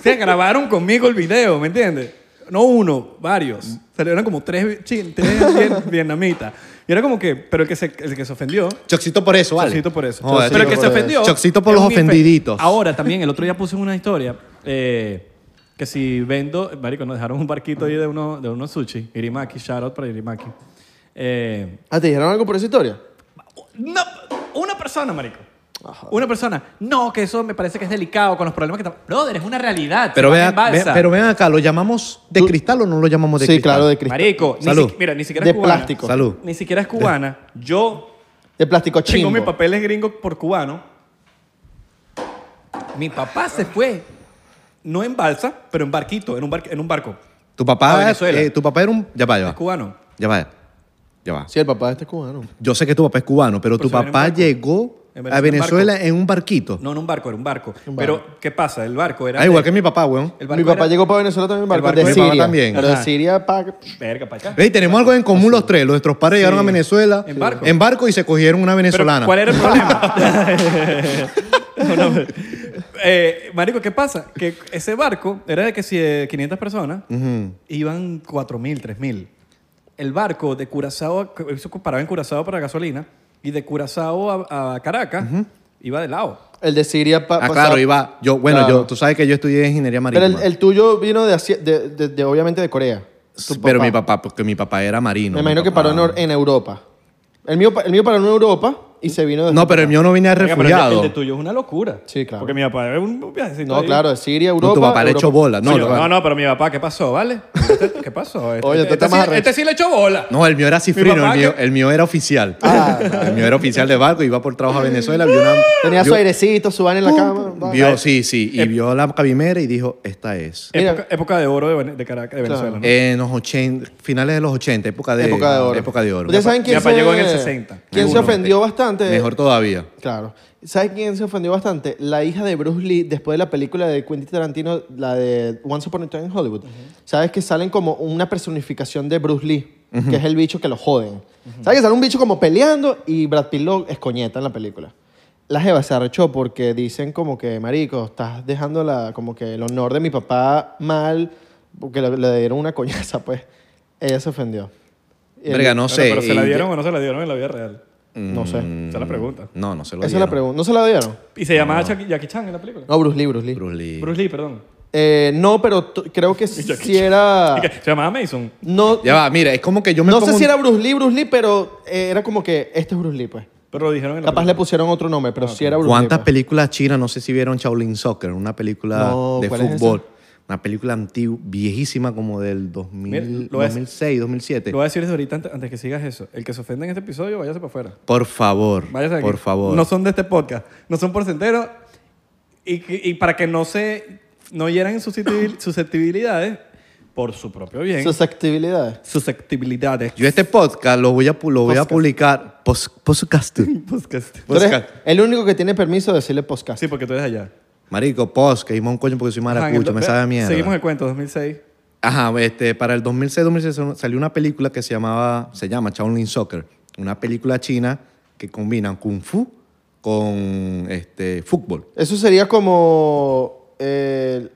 Speaker 1: Se grabaron conmigo el video, ¿me entiendes? No uno, varios. O sea, eran como tres, chin- tres vien- vietnamitas. Y era como que, pero el que se, el que se ofendió.
Speaker 3: Choxito por eso, vale.
Speaker 1: Chocito por eso.
Speaker 3: Joder,
Speaker 1: pero el que se
Speaker 3: choxito por eso.
Speaker 1: ofendió.
Speaker 3: Choxito
Speaker 1: es
Speaker 3: por los
Speaker 1: un infe-
Speaker 3: ofendiditos.
Speaker 1: Ahora también, el otro día puse una historia eh, que si vendo. Marico, nos dejaron un barquito ahí de uno, de unos sushi. Irimaki, shout out para Irimaki. Eh,
Speaker 2: Ah, ¿te dijeron algo por esa historia?
Speaker 1: no, una persona, marico. Una persona. No, que eso me parece que es delicado con los problemas que está. Brother, es una realidad.
Speaker 3: Pero
Speaker 1: Se van
Speaker 3: vean,
Speaker 1: en balsa.
Speaker 3: vean- pero vean acá, ¿lo llamamos de cristal o no lo llamamos de
Speaker 2: Sí,
Speaker 3: cristal?
Speaker 2: claro, de cristal.
Speaker 1: Marico, ni
Speaker 3: Salud.
Speaker 1: si- mira, ni siquiera
Speaker 2: De
Speaker 1: es cubana.
Speaker 2: plástico.
Speaker 3: Salud.
Speaker 1: Ni siquiera es cubana. Yo
Speaker 2: De plástico
Speaker 1: tengo
Speaker 2: chingo.
Speaker 1: mis papeles gringos por cubano. Mi papá se fue. No en balsa, pero en barquito, en un, barco en un barco.
Speaker 3: Tu
Speaker 1: A
Speaker 3: papá,
Speaker 1: Ah, Venezuela.
Speaker 3: eh, tu papá era un... Ya va, ya
Speaker 1: Es
Speaker 3: va.
Speaker 1: cubano.
Speaker 3: Ya va, ya va.
Speaker 2: Sí, el papá de este cubano.
Speaker 3: Yo sé que tu papá es cubano, pero,
Speaker 1: Pero
Speaker 3: tu
Speaker 1: se viene en
Speaker 3: papá
Speaker 1: barco.
Speaker 3: llegó
Speaker 1: En Venezuela,
Speaker 3: a
Speaker 1: en
Speaker 3: Venezuela en un barquito.
Speaker 1: No, no un barco, era un barco.
Speaker 2: Un barco.
Speaker 1: Pero, ¿qué pasa? El barco era.
Speaker 3: Ah, igual que mi papá, weón.
Speaker 1: el barco
Speaker 2: Mi papá
Speaker 1: era-
Speaker 2: llegó para Venezuela también,
Speaker 1: El
Speaker 2: barco,
Speaker 1: barco
Speaker 2: de
Speaker 1: de
Speaker 3: mi papá
Speaker 2: Siria.
Speaker 3: también.
Speaker 2: Pero de
Speaker 1: Ajá.
Speaker 2: Siria, pa...
Speaker 1: Verga, para acá.
Speaker 3: Ey, tenemos algo en común los tres. Nuestros padres llegaron a Venezuela
Speaker 1: En barco.
Speaker 3: y se cogieron una
Speaker 1: Pero,
Speaker 3: venezolana.
Speaker 1: ¿Cuál era el
Speaker 2: <laughs>
Speaker 1: problema? <laughs> No, no. Eh, marico, ¿qué pasa? Que ese barco era de que si de 500 personas iban 4.000, 3.000. El barco de Curazao, eso paraba en Curazao para gasolina, y de Curazao a, a Caracas iba de lado.
Speaker 2: El de Siria... Pa,
Speaker 3: Ah,
Speaker 2: pasaba-
Speaker 3: claro, iba. Yo, bueno,
Speaker 2: Claro.
Speaker 3: yo, tú sabes que yo estudié ingeniería
Speaker 2: Pero
Speaker 3: marítima.
Speaker 2: el, el tuyo vino de, Asia- de, de- de, obviamente, de Corea. Tu
Speaker 3: Pero mi papá, porque mi papá era marino.
Speaker 2: Me
Speaker 3: mi
Speaker 2: imagino que
Speaker 3: papá-
Speaker 2: paró en, Or- en Europa. El mío, pa- el mío paró en Europa y se vino de...
Speaker 3: No, pero el mío no venía
Speaker 1: Verga, pero el de-
Speaker 3: refugiado.
Speaker 1: el de tuyo es una locura.
Speaker 2: Sí, claro.
Speaker 1: Porque mi papá era un viajecito
Speaker 2: No,
Speaker 1: ahí.
Speaker 2: claro, de Siria,
Speaker 3: No,
Speaker 2: Europa...
Speaker 3: tu papá le echó
Speaker 2: Europa.
Speaker 3: bola. No,
Speaker 1: Coño,
Speaker 3: lo-
Speaker 1: no, no, pero mi papá, ¿qué pasó? ¿Vale? Este- ¿Qué pasó? Este,
Speaker 2: <laughs> Oye, tú
Speaker 1: este,
Speaker 2: estás
Speaker 1: sí,
Speaker 2: más arrecho.
Speaker 1: este sí le echó bola.
Speaker 3: no, el mío era cifrino,
Speaker 1: papá
Speaker 3: el mío,
Speaker 1: que-
Speaker 3: el mío era oficial.
Speaker 2: Ah,
Speaker 3: <laughs> el mío era oficial de barco, iba por trabajo a Venezuela, vio una.
Speaker 2: Tenía su
Speaker 3: vio-
Speaker 2: airecito, su
Speaker 3: Uh,
Speaker 2: van en la cama. va.
Speaker 3: Vio, sí, sí,
Speaker 1: Eh,
Speaker 3: y vio la cabimera y dijo, esta es.
Speaker 2: Mira.
Speaker 1: Época, época de oro de, Vene- de Caracas, de Venezuela. ¿no?
Speaker 3: En los 80, finales de los 80, época de,
Speaker 2: época de oro.
Speaker 3: época de oro.
Speaker 2: ¿Ustedes saben
Speaker 1: Mi
Speaker 2: quién
Speaker 1: papá
Speaker 2: se-
Speaker 1: llegó en el 60.
Speaker 2: ¿Quién se
Speaker 3: Seguro.
Speaker 2: ofendió bastante?
Speaker 3: Mejor todavía.
Speaker 2: Claro. ¿Sabes quién se ofendió bastante? La hija de Bruce Lee, después de la película de Quentin Tarantino, la de Once Upon a Time in Hollywood. ¿Sabes que salen como una personificación de Bruce Lee? Que es el bicho que lo joden. ¿Sabes que sale un bicho como peleando y Brad Pitt lo escoñeta en la película? La jeva se arrechó porque dicen como que, marico, estás dejando la, como que el honor de mi papá mal, porque le, le dieron una coñaza, pues. Ella se ofendió. Y el-
Speaker 3: Verga, no
Speaker 1: Bueno,
Speaker 3: sé.
Speaker 1: pero ¿se la
Speaker 3: y-
Speaker 1: dieron o no se la dieron en la vida real?
Speaker 2: No sé.
Speaker 1: Esa es la pregunta.
Speaker 3: No, Mm, no se lo
Speaker 2: Esa es la
Speaker 3: dieron.
Speaker 2: pregunta. ¿No se la dieron?
Speaker 1: Y se llamaba Chucky- Jackie Chan en la película.
Speaker 2: No, Bruce Lee, Bruce Lee.
Speaker 3: Bruce Lee.
Speaker 1: Bruce Lee, perdón.
Speaker 2: Eh, no, pero t- creo
Speaker 3: <laughs>
Speaker 2: que si era.
Speaker 3: Ah.
Speaker 1: Y que- Se llamaba Mason.
Speaker 2: No,
Speaker 3: Ya va, mira, es como que yo me
Speaker 2: no sé
Speaker 3: pongo
Speaker 2: si
Speaker 3: un-
Speaker 2: era Bruce Lee, Bruce Lee, pero eh, era como que este es Bruce Lee, pues.
Speaker 1: Pero lo dijeron en la
Speaker 2: Capaz le pusieron otro nombre,
Speaker 3: Ah,
Speaker 2: pero sí era Bruce Lee.
Speaker 3: ¿Cuántas
Speaker 2: pues.
Speaker 3: películas chinas? No sé si vieron Shaolin Soccer, una película
Speaker 2: No,
Speaker 3: de
Speaker 2: ¿cuál es
Speaker 3: fútbol. una película antigua, viejísima, como del 2000,
Speaker 1: Mira, lo es-
Speaker 3: 2006, 2007.
Speaker 1: Lo voy a decir desde ahorita antes, antes que sigas eso. El que se ofenda en este episodio, váyase para afuera.
Speaker 3: Por favor,
Speaker 1: Váyase de aquí.
Speaker 3: por favor.
Speaker 1: No son de este podcast. No son porcenteros. Y, que- y para que no se... No hieran
Speaker 3: <coughs>
Speaker 1: susceptibil- susceptibilidades por su propio bien.
Speaker 2: Sus actividades.
Speaker 1: susceptibilidades.
Speaker 3: Yo este podcast lo voy a, pu- lo voy a
Speaker 2: Podcast.
Speaker 3: publicar. Pos, podcast.
Speaker 1: <laughs> Podcast.
Speaker 2: Tú eres
Speaker 3: Podcast.
Speaker 2: el único que tiene permiso de decirle podcast.
Speaker 1: Pues este- Sí, porque tú eres allá.
Speaker 3: Marico, post, que dimos un coño porque soy
Speaker 1: Ajá, en el
Speaker 3: maracucho,
Speaker 1: do-
Speaker 3: me
Speaker 1: ve-
Speaker 3: sabe a mierda.
Speaker 1: Seguimos el cuento, 2006.
Speaker 3: Ajá, este, para el 2006-2006 salió una película que se llamaba, se llama Shaolin Soccer, una película china que combina kung fu con este, fútbol.
Speaker 2: Eso sería como. eh,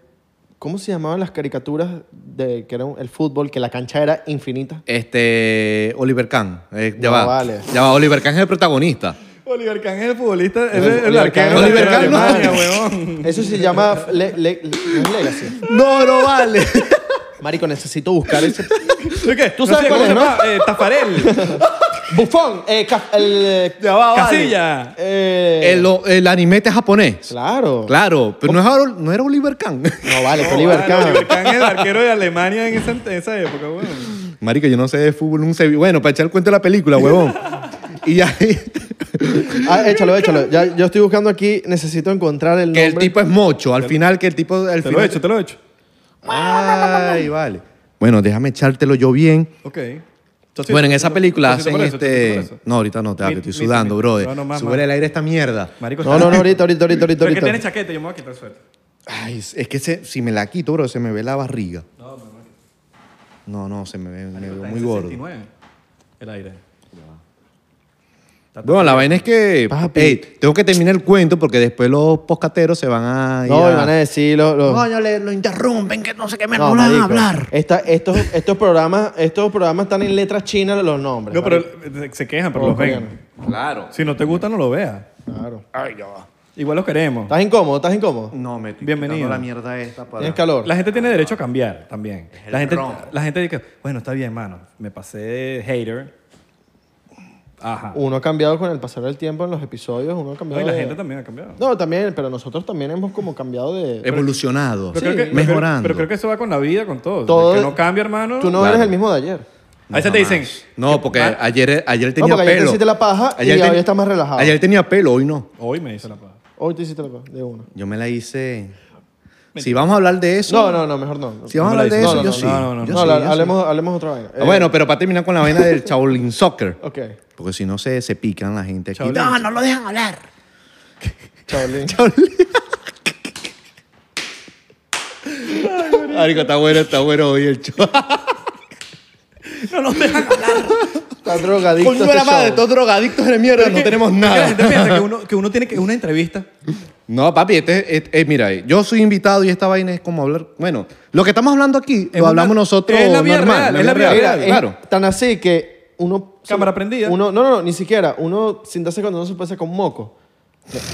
Speaker 2: ¿Cómo se llamaban las caricaturas de que era un- el fútbol? Que la cancha era infinita.
Speaker 3: Este, Oliver Kahn, eh, ya
Speaker 2: No,
Speaker 3: va,
Speaker 2: vale.
Speaker 3: ya va, Oliver Kahn es el protagonista.
Speaker 1: Oliver Kahn es el futbolista, es
Speaker 2: El-
Speaker 1: el, el
Speaker 2: Oliver
Speaker 1: arquero
Speaker 3: Kahn.
Speaker 1: de
Speaker 3: Oliver Kahn, no.
Speaker 1: Alemania, huevón.
Speaker 2: <laughs> Eso se llama. le- le- le- no es Legacy.
Speaker 3: No, no vale.
Speaker 2: <laughs> Marico, necesito buscar ese.
Speaker 1: <laughs> ¿Tú qué?
Speaker 2: Tú sabes
Speaker 1: sé,
Speaker 2: cuál
Speaker 1: ¿cómo
Speaker 2: es,
Speaker 1: se llama? Eh,
Speaker 3: <laughs>
Speaker 1: Tafarel.
Speaker 2: Bufón, eh, ca- el.
Speaker 1: Ya va, vale.
Speaker 2: Casilla. Eh,
Speaker 3: El, el animete japonés.
Speaker 2: Claro.
Speaker 3: Claro, pero no, es ahora- no era Oliver Kahn. <laughs>
Speaker 2: No vale, que
Speaker 1: No,
Speaker 2: Oliver
Speaker 1: vale,
Speaker 2: Kahn.
Speaker 1: Ah, Oliver Kahn es el arquero de Alemania en esa, en esa época, huevón.
Speaker 3: Marico, yo no sé de fútbol, un sevi- Bueno, para echar el cuento de la
Speaker 1: <laughs>
Speaker 3: película, huevón. y ahí,
Speaker 2: Ah, échalo, échalo. Ya, yo estoy buscando aquí, necesito encontrar el
Speaker 3: que
Speaker 2: nombre.
Speaker 3: el tipo es mocho. Al final, que el tipo. Al
Speaker 1: Te
Speaker 3: final,
Speaker 1: lo he hecho, te lo he hecho.
Speaker 3: Ay, vale. Bueno, déjame echártelo yo bien.
Speaker 1: Ok.
Speaker 3: bueno, en esa película
Speaker 1: Chocito
Speaker 3: hacen
Speaker 1: por eso,
Speaker 3: este...
Speaker 1: chocito por eso.
Speaker 3: No, ahorita no, te
Speaker 1: Mi-
Speaker 3: estoy
Speaker 1: mi-
Speaker 3: sudando,
Speaker 1: mi-
Speaker 3: brother.
Speaker 1: No, no, más,
Speaker 3: Sube
Speaker 1: más.
Speaker 3: el aire esta mierda.
Speaker 1: Marico,
Speaker 2: No, no, no, ahorita, ahorita, ahorita, ahorita.
Speaker 1: Pero que
Speaker 2: ahorita.
Speaker 1: tiene chaqueta, yo me voy a quitar el suéter.
Speaker 3: Ay, es que se- si me la quito, bro, se me ve la barriga. No, no, se me ve, me veo muy gordo.
Speaker 1: 69, El aire.
Speaker 3: Bueno, la vaina es que...
Speaker 2: Papi.
Speaker 3: Ey, tengo que terminar el cuento porque después los poscateros se van a... ir
Speaker 2: No,
Speaker 3: a-
Speaker 2: y van a decir los... los-
Speaker 3: Coño, le- lo interrumpen, que no sé qué me
Speaker 2: No,
Speaker 3: no van
Speaker 2: marico.
Speaker 3: a hablar.
Speaker 2: Esta- estos, estos, programas, estos programas están en letras chinas los nombres.
Speaker 1: No, pero
Speaker 2: marico.
Speaker 1: eh, se quejan, pero
Speaker 2: Oh,
Speaker 1: los
Speaker 2: coreano.
Speaker 1: ven.
Speaker 3: Claro.
Speaker 1: Si no te gusta, no lo veas.
Speaker 2: Claro.
Speaker 3: Ay, ya va.
Speaker 1: Igual los queremos.
Speaker 2: ¿Estás incómodo? ¿Estás incómodo?
Speaker 3: No, me estoy
Speaker 1: Bienvenido.
Speaker 3: quitando la mierda esta para...
Speaker 2: ¿Tienes calor?
Speaker 1: La gente tiene derecho a cambiar también.
Speaker 3: el
Speaker 1: La gente,
Speaker 3: ron.
Speaker 1: la gente dice, bueno, está bien, mano. Me pasé de hater. Ajá.
Speaker 2: Uno ha cambiado con el pasar del tiempo en los episodios, uno ha
Speaker 1: No,
Speaker 2: cambiado
Speaker 1: y la
Speaker 2: de-
Speaker 1: gente también ha cambiado.
Speaker 2: No, también, pero nosotros también hemos como cambiado de...
Speaker 1: Eh,
Speaker 3: Evolucionado,
Speaker 1: Pero creo que- pero creo-
Speaker 3: mejorando.
Speaker 1: Pero creo que eso va con la vida, con todo.
Speaker 2: Todo-
Speaker 1: El que no cambia, hermano.
Speaker 2: Tú no
Speaker 3: Claro.
Speaker 2: eres el mismo de ayer.
Speaker 1: A veces te dicen.
Speaker 3: No, porque
Speaker 1: Ah,
Speaker 3: ayer, ayer tenía
Speaker 2: porque ayer te
Speaker 3: pelo.
Speaker 2: hiciste la paja y hoy estás más relajado.
Speaker 3: Ayer tenía pelo, hoy no.
Speaker 1: Hoy me dice la palabra.
Speaker 2: Hoy te hiciste la cosa, de uno.
Speaker 3: Yo me la hice. Si vamos a hablar de eso.
Speaker 2: No, no, no, mejor no.
Speaker 3: Si vamos
Speaker 1: No me
Speaker 3: a hablar
Speaker 1: la
Speaker 3: de
Speaker 1: hice.
Speaker 3: eso,
Speaker 1: No, no,
Speaker 3: yo
Speaker 1: no,
Speaker 3: sí.
Speaker 1: no, no, no.
Speaker 3: Yo
Speaker 2: no,
Speaker 3: sí,
Speaker 2: la-
Speaker 3: yo sí.
Speaker 2: hablemos, hablemos otra vaina.
Speaker 1: Eh,
Speaker 2: Eh,
Speaker 3: Ah, Bueno, pero para terminar con la vaina del Shaolin Soccer.
Speaker 2: Ok,
Speaker 3: Porque si no se, se pican la gente aquí.
Speaker 1: Shaolin.
Speaker 3: No, no lo dejan hablar. <laughs>
Speaker 2: Chaolín.
Speaker 3: Marico, está bueno, está bueno hoy el show.
Speaker 2: Está drogadicto
Speaker 3: Coño de
Speaker 2: este
Speaker 3: la madre,
Speaker 2: show.
Speaker 3: todos drogadictos de mierda, no tenemos
Speaker 1: La gente
Speaker 3: nada.
Speaker 1: piensa que uno, que uno tiene que una entrevista.
Speaker 3: <laughs> No, papi, este, este- eh, mira, yo soy invitado y esta vaina es como hablar. Bueno, lo que estamos hablando aquí
Speaker 1: Es
Speaker 3: lo
Speaker 1: una-
Speaker 3: hablamos nosotros
Speaker 1: es la vida
Speaker 3: normal.
Speaker 1: real,
Speaker 3: la
Speaker 1: es la
Speaker 3: vida
Speaker 1: vida
Speaker 3: real,
Speaker 2: Mira, es
Speaker 3: claro.
Speaker 2: tan así que uno...
Speaker 1: Cámara prendida.
Speaker 2: Uno, no, no, no, ni siquiera. Uno sin darse cuando no se pasa con moco.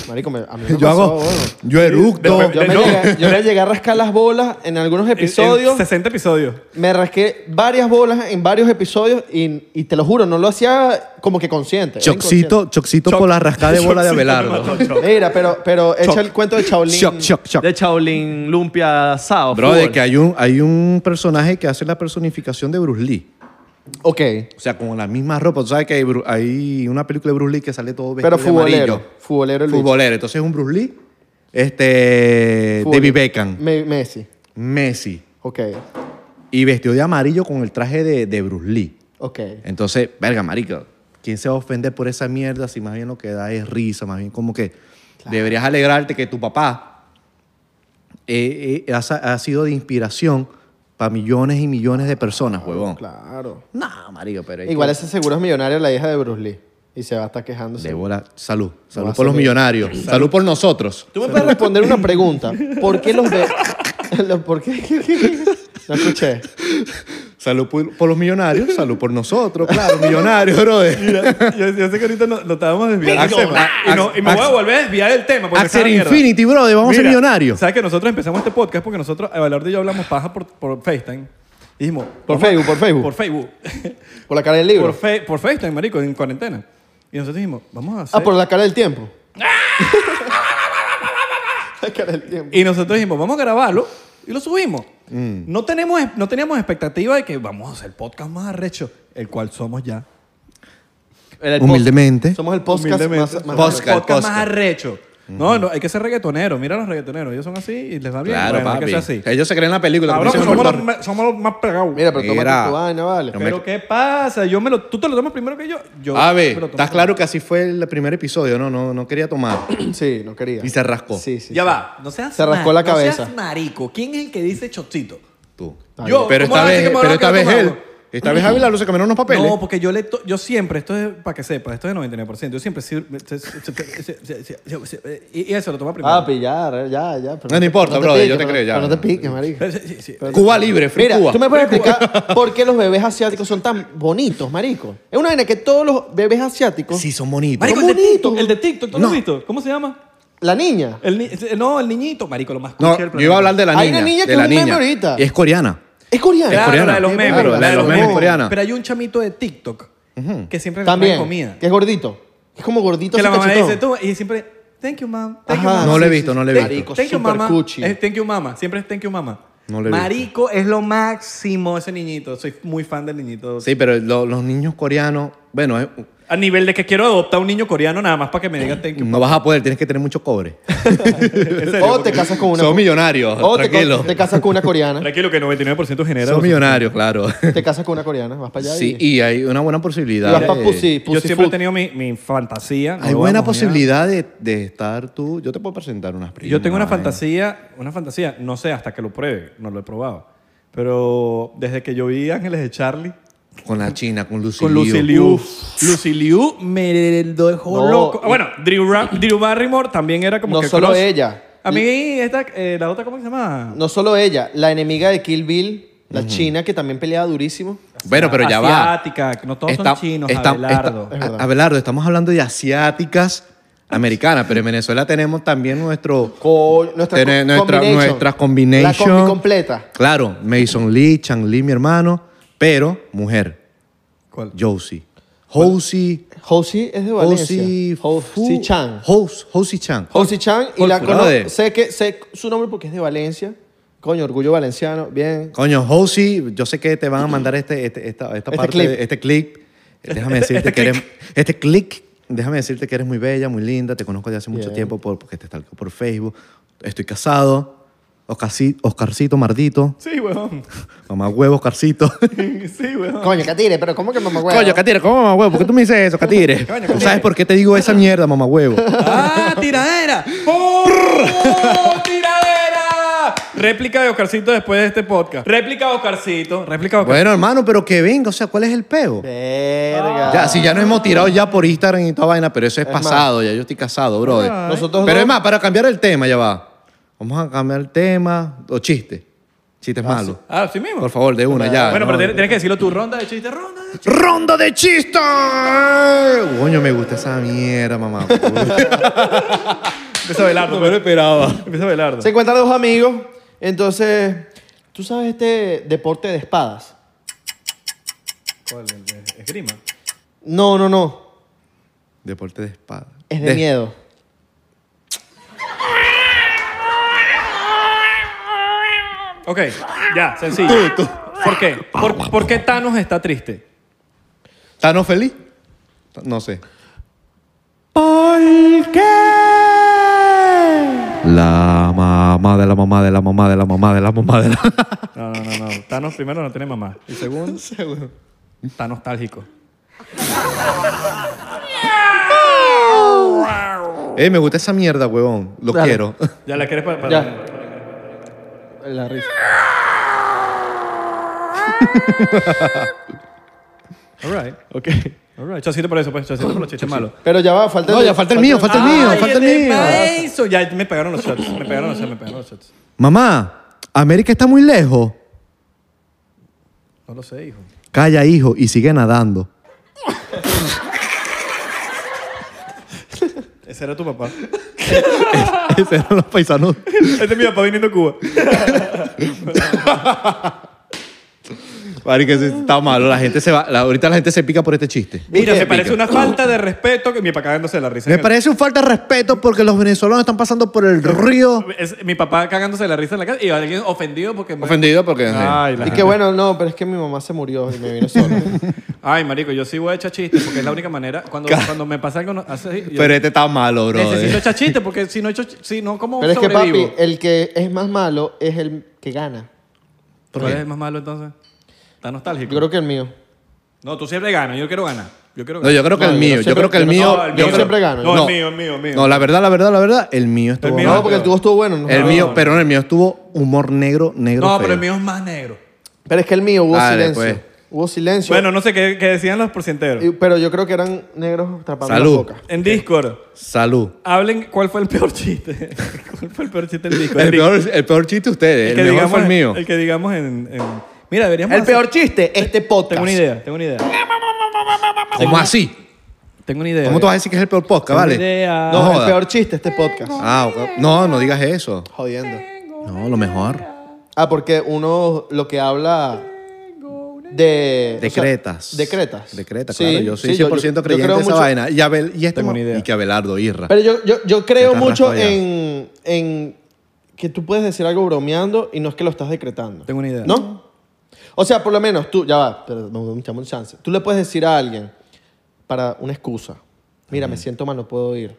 Speaker 2: Marico, me- a mí me
Speaker 3: Yo
Speaker 2: pasó,
Speaker 3: hago.
Speaker 2: bueno.
Speaker 3: Yo eructo.
Speaker 1: Después-
Speaker 2: Yo me,
Speaker 1: No.
Speaker 2: llegué, yo me llegué a rascar las bolas en algunos
Speaker 1: En- en
Speaker 2: episodios.
Speaker 1: 60 episodios.
Speaker 2: Me rasqué varias bolas en varios episodios y, y te lo juro, no lo hacía como que consciente. era
Speaker 3: Choxito, choxito por la rascada de bola de Abelardo.
Speaker 2: inconsciente. Mira, pero, pero echa el cuento de Shaolin.
Speaker 3: Shock, shock, shock.
Speaker 5: De Shaolin Lumpia Sao.
Speaker 3: Bro, de
Speaker 5: fútbol.
Speaker 3: que hay un, hay un personaje que hace la personificación de Bruce Lee.
Speaker 2: Ok.
Speaker 3: O sea, con la misma ropa. Tú sabes que hay, Bru- hay una película de Bruce Lee que sale todo
Speaker 2: Pero
Speaker 3: vestido de
Speaker 2: futbolero.
Speaker 3: amarillo.
Speaker 2: Futbolero el bicho.
Speaker 3: Futbolero. Entonces es un Bruce Lee, este,
Speaker 2: Futbolero.
Speaker 3: David Beckham,
Speaker 2: Me- Messi.
Speaker 3: Messi.
Speaker 2: Ok.
Speaker 3: Y vestido de amarillo con el traje de, de Bruce Lee.
Speaker 2: Ok.
Speaker 3: Entonces, verga, marica, ¿quién se va a ofender por esa mierda si más bien lo que da es risa? Más bien como que deberías alegrarte que tu papá eh, eh, ha, sa- ha sido de inspiración para millones y millones de personas, huevón.
Speaker 2: Claro.
Speaker 3: No, marico, pero... hay
Speaker 2: Igual
Speaker 3: que-
Speaker 2: ese seguro es millonario, la hija de Bruce Lee. Y se va a estar quejándose.
Speaker 3: De bola, salud. Salud
Speaker 2: Vas
Speaker 3: por
Speaker 2: a
Speaker 3: los
Speaker 2: ver.
Speaker 3: millonarios. Salud, por nosotros.
Speaker 2: Tú me puedes responder una pregunta. ¿Por qué los ve? <laughs> los- ¿Por qué? <laughs> No escuché.
Speaker 3: Salud por, por los millonarios, salud
Speaker 1: <laughs>
Speaker 3: por nosotros, claro, millonarios, brother.
Speaker 1: Mira, yo, yo sé que ahorita no- lo estábamos desviando. del
Speaker 3: Axel,
Speaker 1: tema.
Speaker 3: a-
Speaker 1: Y, no- y me voy a
Speaker 3: Axel-
Speaker 1: volver a desviar del tema. porque
Speaker 3: Axel
Speaker 1: esa mierda.
Speaker 3: Infinity, brother, vamos a ser
Speaker 1: Mira,
Speaker 3: millonarios.
Speaker 1: ¿Sabes que nosotros empezamos este podcast porque nosotros, a valor de yo, hablamos paja por, por FaceTime? Y dijimos,
Speaker 2: Por
Speaker 1: vamos a-
Speaker 2: Facebook, por Facebook.
Speaker 1: Por Facebook.
Speaker 2: Por la cara del
Speaker 1: por,
Speaker 2: libro.
Speaker 1: fe- por FaceTime, marico, en cuarentena. Y nosotros dijimos, vamos a hacer.
Speaker 2: Ah, por la cara del tiempo. la cara del tiempo.
Speaker 1: Y nosotros dijimos, vamos a grabarlo y lo subimos. No, tenemos, no teníamos expectativa de que vamos a hacer el podcast más arrecho, el cual somos ya.
Speaker 5: Era el post-
Speaker 3: Humildemente.
Speaker 2: Somos el podcast
Speaker 1: Humildemente,
Speaker 2: más,
Speaker 1: somos
Speaker 2: más-
Speaker 1: el
Speaker 3: Podcast,
Speaker 1: podcast
Speaker 3: podcast.
Speaker 1: más arrecho. No, no, hay que ser reggaetonero. Mira los reggaetoneros. Ellos son así y les va bien.
Speaker 3: Claro,
Speaker 1: Bueno, Hay que
Speaker 3: papi.
Speaker 1: ser así.
Speaker 3: Ellos se creen la película. como
Speaker 1: Cabrón,
Speaker 3: dicen en
Speaker 1: somos,
Speaker 3: Puerto
Speaker 1: los, me- somos los más pegados.
Speaker 2: Mira, pero toma
Speaker 3: Mira.
Speaker 2: tu vaina, vale.
Speaker 3: No me-
Speaker 1: pero ¿qué pasa? Yo me lo, tú te lo tomas primero que yo. yo
Speaker 3: Rico. A
Speaker 1: me
Speaker 3: ver,
Speaker 1: lo tomo
Speaker 3: estás claro que así fue el primer episodio. No, no, no
Speaker 1: <coughs>
Speaker 3: quería tomar.
Speaker 2: Sí, no quería.
Speaker 3: Y se rascó.
Speaker 2: Sí, sí.
Speaker 1: ya
Speaker 2: sí.
Speaker 1: va, no seas
Speaker 2: Se rascó la
Speaker 1: no seas
Speaker 2: cabeza.
Speaker 1: marico. ¿Quién es el que dice chocito?
Speaker 3: Tú.
Speaker 1: Está Yo, bien.
Speaker 3: pero
Speaker 1: ¿cómo
Speaker 3: esta
Speaker 1: vas a decir que
Speaker 3: vez,
Speaker 1: me
Speaker 3: pero
Speaker 1: van a
Speaker 3: esta
Speaker 1: quedar
Speaker 3: vez él.
Speaker 1: tomando?
Speaker 3: Esta vez Ávila se cambió unos papeles.
Speaker 1: No, porque yo le to- yo siempre, esto es para que sepas, esto es 99%. Yo siempre sir- se- se- se- se- se- se- se- y y eso lo toma primero.
Speaker 2: Papi, ya, ya, ya. pero-
Speaker 3: No, no importa,
Speaker 2: te
Speaker 3: brother, yo
Speaker 2: piques,
Speaker 3: te creo, ya.
Speaker 2: pero No te piques, marico.
Speaker 1: Eh, Sí, sí, sí.
Speaker 3: Cuba libre, free
Speaker 2: Mira,
Speaker 3: Cuba.
Speaker 2: tú me puedes explicar por qué los bebés asiáticos son tan bonitos, marico. Es una vaina que todos los bebés asiáticos.
Speaker 3: Sí, son bonitos.
Speaker 1: Marico, el
Speaker 2: Pero
Speaker 1: de
Speaker 2: bonito.
Speaker 1: TikTok, el de TikTok, ¿tú lo
Speaker 3: No.
Speaker 1: has visto? ¿cómo se llama?
Speaker 2: La niña.
Speaker 1: El ni- eh, no, el niñito, marico, lo más
Speaker 3: No,
Speaker 1: cuchi del
Speaker 3: yo iba a hablar de la niña.
Speaker 2: Hay una niña que
Speaker 3: de
Speaker 2: es
Speaker 3: la
Speaker 2: un meme
Speaker 3: niña.
Speaker 2: ahorita.
Speaker 3: Y es coreana.
Speaker 2: Es coreana.
Speaker 3: Es
Speaker 1: planeta. Claro,
Speaker 3: coreana.
Speaker 1: la de los memes,
Speaker 2: Claro,
Speaker 1: bro,
Speaker 2: la de los memes
Speaker 3: coreana.
Speaker 1: Pero hay un chamito de TikTok que siempre le trae
Speaker 2: También.
Speaker 1: comida.
Speaker 2: Que es gordito. Es como gordito.
Speaker 1: Que la
Speaker 2: así
Speaker 1: mamá le
Speaker 2: cachetón.
Speaker 1: dice tú y siempre, thank you, mom. Thank you,
Speaker 2: Ajá.
Speaker 1: mom.
Speaker 3: No
Speaker 2: sí,
Speaker 3: lo he
Speaker 2: sí,
Speaker 3: visto,
Speaker 2: sí.
Speaker 3: no lo he
Speaker 2: Marico,
Speaker 3: visto.
Speaker 1: Thank you,
Speaker 2: super
Speaker 1: mama.
Speaker 2: cuchi.
Speaker 1: Es thank you, mama. Siempre es thank you, mama.
Speaker 3: No le he
Speaker 1: Marico es lo máximo ese niñito. Soy muy fan del niñito.
Speaker 3: Sí, pero lo- los niños coreanos, bueno, eh,
Speaker 1: A nivel de que quiero adoptar un niño coreano nada más para que me diga thank you.
Speaker 3: no vas a poder, tienes que tener mucho cobre.
Speaker 1: En serio,
Speaker 2: O
Speaker 1: porque-
Speaker 2: te casas con una.
Speaker 3: Son millonarios,
Speaker 2: O te,
Speaker 3: tranquilo.
Speaker 2: te casas con una
Speaker 3: <laughs>
Speaker 2: coreana.
Speaker 1: Tranquilo que 99% genera.
Speaker 3: Son
Speaker 1: los-
Speaker 3: millonarios, claro.
Speaker 2: te casas con una coreana. Vas para allá.
Speaker 3: Sí,
Speaker 2: y.
Speaker 3: y hay una buena
Speaker 2: y
Speaker 3: posibilidad.
Speaker 2: vas para
Speaker 3: de-
Speaker 2: Pussy.
Speaker 1: Yo
Speaker 2: Pussy
Speaker 1: siempre he
Speaker 2: Food.
Speaker 1: tenido mi, mi fantasía. no
Speaker 3: Hay
Speaker 1: lo
Speaker 3: buena
Speaker 1: vamos a negar.
Speaker 3: posibilidad de, de estar tú. Yo te puedo presentar unas primas. eh,
Speaker 1: Yo tengo una
Speaker 3: vaina.
Speaker 1: fantasía, una fantasía, no sé hasta que lo pruebe, no lo he probado. Pero desde que yo vi Ángeles de Charlie
Speaker 3: Con la China, con Lucy
Speaker 1: con
Speaker 3: Liu.
Speaker 1: Lucy Liu. Lucy Liu me dejó
Speaker 2: No,
Speaker 1: loco. Ah,
Speaker 2: y-
Speaker 1: Bueno, Drew, Ra- Drew Barrymore también era como
Speaker 2: No
Speaker 1: que
Speaker 2: solo
Speaker 1: close.
Speaker 2: ella.
Speaker 1: A mí esta, eh, la otra, ¿cómo se llama?
Speaker 2: No solo ella, la enemiga de Kill Bill, la china que también peleaba durísimo.
Speaker 3: Bueno, pero ya va.
Speaker 1: Asiática, que no todos
Speaker 3: Está-
Speaker 1: son chinos,
Speaker 3: está-
Speaker 1: Abelardo.
Speaker 3: está-
Speaker 2: Es verdad.
Speaker 3: a- Abelardo, estamos hablando de asiáticas americanas, pero en Venezuela tenemos también nuestro...
Speaker 2: Co- nuestra
Speaker 3: tene-
Speaker 2: co-
Speaker 3: nuestra-
Speaker 2: combination.
Speaker 3: nuestras combination.
Speaker 2: La combi completa.
Speaker 3: Claro, Mason Lee, Chang Lee, mi hermano, pero mujer,
Speaker 1: ¿Cuál?
Speaker 3: Josie. Josie...
Speaker 2: Josie es de
Speaker 3: Josie...
Speaker 2: Valencia. Josie Chan.
Speaker 3: Jos- Josie Chan.
Speaker 2: Josie Chan y
Speaker 3: Josie,
Speaker 2: la
Speaker 3: brother.
Speaker 2: conozco. Sé que sé su nombre porque es de Valencia. Coño, orgullo valenciano. Bien.
Speaker 3: Coño, Josie, yo sé que te van a mandar este, este- esta, esta
Speaker 2: Este
Speaker 3: parte,
Speaker 2: clip.
Speaker 3: de- este clip. Déjame
Speaker 1: Este-
Speaker 3: decirte
Speaker 1: este
Speaker 3: que eres...
Speaker 1: click.
Speaker 3: Este click, déjame decirte que eres muy bella, muy linda, te conozco desde hace mucho
Speaker 2: Bien.
Speaker 3: tiempo por, porque te stalkeo por Facebook. Estoy casado. Oscarci- Oscarcito Mardito.
Speaker 1: Sí, weón. <laughs>
Speaker 3: Mamá huevo, Oscarcito.
Speaker 1: Sí, weón.
Speaker 4: Coño, Catire, pero ¿cómo que mamá huevo?
Speaker 3: Coño, Catire, ¿cómo mamá huevo? ¿Por qué tú me dices eso, Catire?
Speaker 1: Coño,
Speaker 3: ¿Tú
Speaker 1: Catire.
Speaker 3: sabes por qué te digo esa mierda, mamá huevo?
Speaker 1: ¡Ah, tiradera! <laughs> ¡Oh, tiradera! Réplica de Oscarcito después de este podcast. Réplica de Oscarcito. Réplica de Oscarcito.
Speaker 3: Bueno, hermano, pero que venga. O sea, ¿cuál es el peo?
Speaker 2: Verga.
Speaker 3: Ya, si ya nos hemos tirado ya por Instagram y toda vaina, pero eso es,
Speaker 2: Es
Speaker 3: pasado, ya yo estoy casado, brother.
Speaker 2: Ay. Nosotros
Speaker 3: pero
Speaker 2: dos-
Speaker 3: es más, para cambiar el tema, ya va. Vamos a cambiar el tema. O chiste. Chistes malos.
Speaker 1: Ah, sí mismo.
Speaker 3: Por favor, de una, ya.
Speaker 1: bueno,
Speaker 3: ¿no?
Speaker 1: pero tienes tienes que decirlo tu ronda de chistes, ronda de chistes.
Speaker 3: ¡Ronda de chistes! Coño, me gusta esa mierda, mamá.
Speaker 1: Empieza a velar, no me lo esperaba. Empieza a velar.
Speaker 2: Se encuentran dos amigos. Entonces, ¿tú sabes este deporte de espadas?
Speaker 1: ¿Cuál? El de Esgrima.
Speaker 2: No, no, no.
Speaker 3: Deporte de espada.
Speaker 2: Es
Speaker 1: <laughs>
Speaker 2: de, miedo.
Speaker 1: Ok, ya, sencillo. ¿Por qué? ¿Por, por qué Thanos está triste?
Speaker 3: ¿Tano feliz? No sé. ¿Por qué? La mamá de la mamá de la mamá de la mamá de la mamá de la...
Speaker 1: No, no, no, no. Thanos primero no tiene mamá. Y segundo, está nostálgico.
Speaker 3: Eh, me gusta esa mierda, huevón. Lo
Speaker 2: Dale.
Speaker 3: quiero.
Speaker 1: Ya la quieres para.
Speaker 2: Ya. La risa.
Speaker 1: All right. Ok. All right. Chocito por eso, pues. Chocito por los chistes malos.
Speaker 2: Pero ya va, falta
Speaker 3: No, ya falta el mío, falta el mío,
Speaker 1: Ay,
Speaker 3: falta el
Speaker 1: este
Speaker 3: mío.
Speaker 1: Eso. Ya me pegaron los shots. Me pegaron los shots, me pegaron los shots.
Speaker 3: Mamá, América está muy lejos.
Speaker 1: No lo sé, hijo.
Speaker 3: Calla, hijo, y sigue nadando.
Speaker 1: Ese era tu papá. <laughs>
Speaker 3: Ese eran los paisanos.
Speaker 1: Este es mi papá viniendo a Cuba.
Speaker 3: Marico, sí, está malo. La gente se va. la- ahorita la gente se pica por este chiste.
Speaker 1: Mira,
Speaker 3: Se
Speaker 1: me parece
Speaker 3: pica.
Speaker 1: una falta de respeto que mi papá cagándose de la risa.
Speaker 3: Me
Speaker 1: en el-
Speaker 3: parece un falta de respeto porque los venezolanos están pasando por el río.
Speaker 1: Es mi papá cagándose de la risa en la casa y alguien ofendido porque... me-
Speaker 3: Ofendido porque.
Speaker 5: Ay, la
Speaker 2: Y que
Speaker 5: gente.
Speaker 2: bueno, no, pero es que mi mamá se murió y me vino
Speaker 3: <laughs>
Speaker 2: solo.
Speaker 1: Ay, marico, yo sí voy a echar chistes porque es la única manera. Cuando,
Speaker 3: Ca-
Speaker 1: cuando me pasa algo no- así, yo
Speaker 3: Pero este está malo, bro.
Speaker 1: necesito echar chistes porque si no echo, si no como
Speaker 2: pero es que
Speaker 1: sobrevivo.
Speaker 3: eh,
Speaker 2: papi, el que es más malo es el que gana.
Speaker 1: ¿Tú eres el más malo entonces? Está nostálgico.
Speaker 2: Yo creo que el mío.
Speaker 1: No, tú siempre ganas. Yo quiero ganar. Yo quiero
Speaker 3: No,
Speaker 1: ganar.
Speaker 3: yo creo que
Speaker 2: No,
Speaker 3: el
Speaker 2: yo
Speaker 3: mío.
Speaker 2: no
Speaker 3: Yo
Speaker 2: siempre-
Speaker 3: creo que el
Speaker 2: no,
Speaker 3: mío.
Speaker 2: no,
Speaker 1: el
Speaker 3: yo
Speaker 1: mío
Speaker 3: creo-
Speaker 2: siempre gano.
Speaker 1: No,
Speaker 3: No.
Speaker 1: el mío, el mío, el mío.
Speaker 3: No, la verdad, la verdad, la verdad, el mío estuvo.
Speaker 1: El mío-
Speaker 2: No, porque el tuyo estuvo bueno. ¿no?
Speaker 3: El mío, pero no, el mío estuvo humor negro, negro.
Speaker 1: No,
Speaker 3: feo.
Speaker 1: pero el mío es más negro.
Speaker 2: Pero es que el mío hubo
Speaker 3: Dale,
Speaker 2: silencio.
Speaker 3: pues.
Speaker 2: Hubo silencio.
Speaker 1: Bueno, no sé qué, qué decían los porcienteros.
Speaker 2: Y- pero yo creo que eran negros tapando
Speaker 3: Salud.
Speaker 2: la boca.
Speaker 1: En Discord,
Speaker 3: Salud.
Speaker 1: hablen cuál fue el peor chiste. <laughs> ¿Cuál fue el peor chiste en Discord?
Speaker 3: El peor, el peor chiste de ustedes. El, mejor fue el mío.
Speaker 1: El que digamos en... en- Mira, deberíamos...
Speaker 2: El
Speaker 1: hacer-
Speaker 2: peor chiste, este podcast.
Speaker 1: Tengo una idea, tengo una idea.
Speaker 3: ¿Cómo así?
Speaker 1: Tengo una idea.
Speaker 3: ¿Cómo tú vas a decir que es el peor podcast,
Speaker 1: Tengo una
Speaker 3: vale?
Speaker 1: idea.
Speaker 3: No
Speaker 2: No,
Speaker 3: joda.
Speaker 2: el peor chiste, este podcast.
Speaker 3: Ah, ok. no, no digas eso.
Speaker 2: Jodiendo.
Speaker 3: No, lo mejor.
Speaker 2: Ah, porque uno lo que habla de... o sea,
Speaker 3: Decretas.
Speaker 2: decretas.
Speaker 3: Decretas,
Speaker 2: Sí,
Speaker 3: claro. Yo soy
Speaker 2: sí,
Speaker 3: 100% creyente
Speaker 2: creo
Speaker 3: de esa
Speaker 2: mucho-
Speaker 3: vaina. Y, Abel, y, este
Speaker 1: Tengo
Speaker 3: mo-
Speaker 1: una idea.
Speaker 3: y que Abelardo, Irra.
Speaker 2: Pero yo, yo, yo creo
Speaker 3: Estás
Speaker 2: mucho
Speaker 3: raspado ya.
Speaker 2: en, en que tú puedes decir algo bromeando y no es que lo estás decretando.
Speaker 1: Tengo una idea.
Speaker 2: ¿No? O sea, por lo menos tú, ya va, pero no me echamos el chance. Tú le puedes decir a alguien para una excusa. Mira, me siento mal, no puedo ir.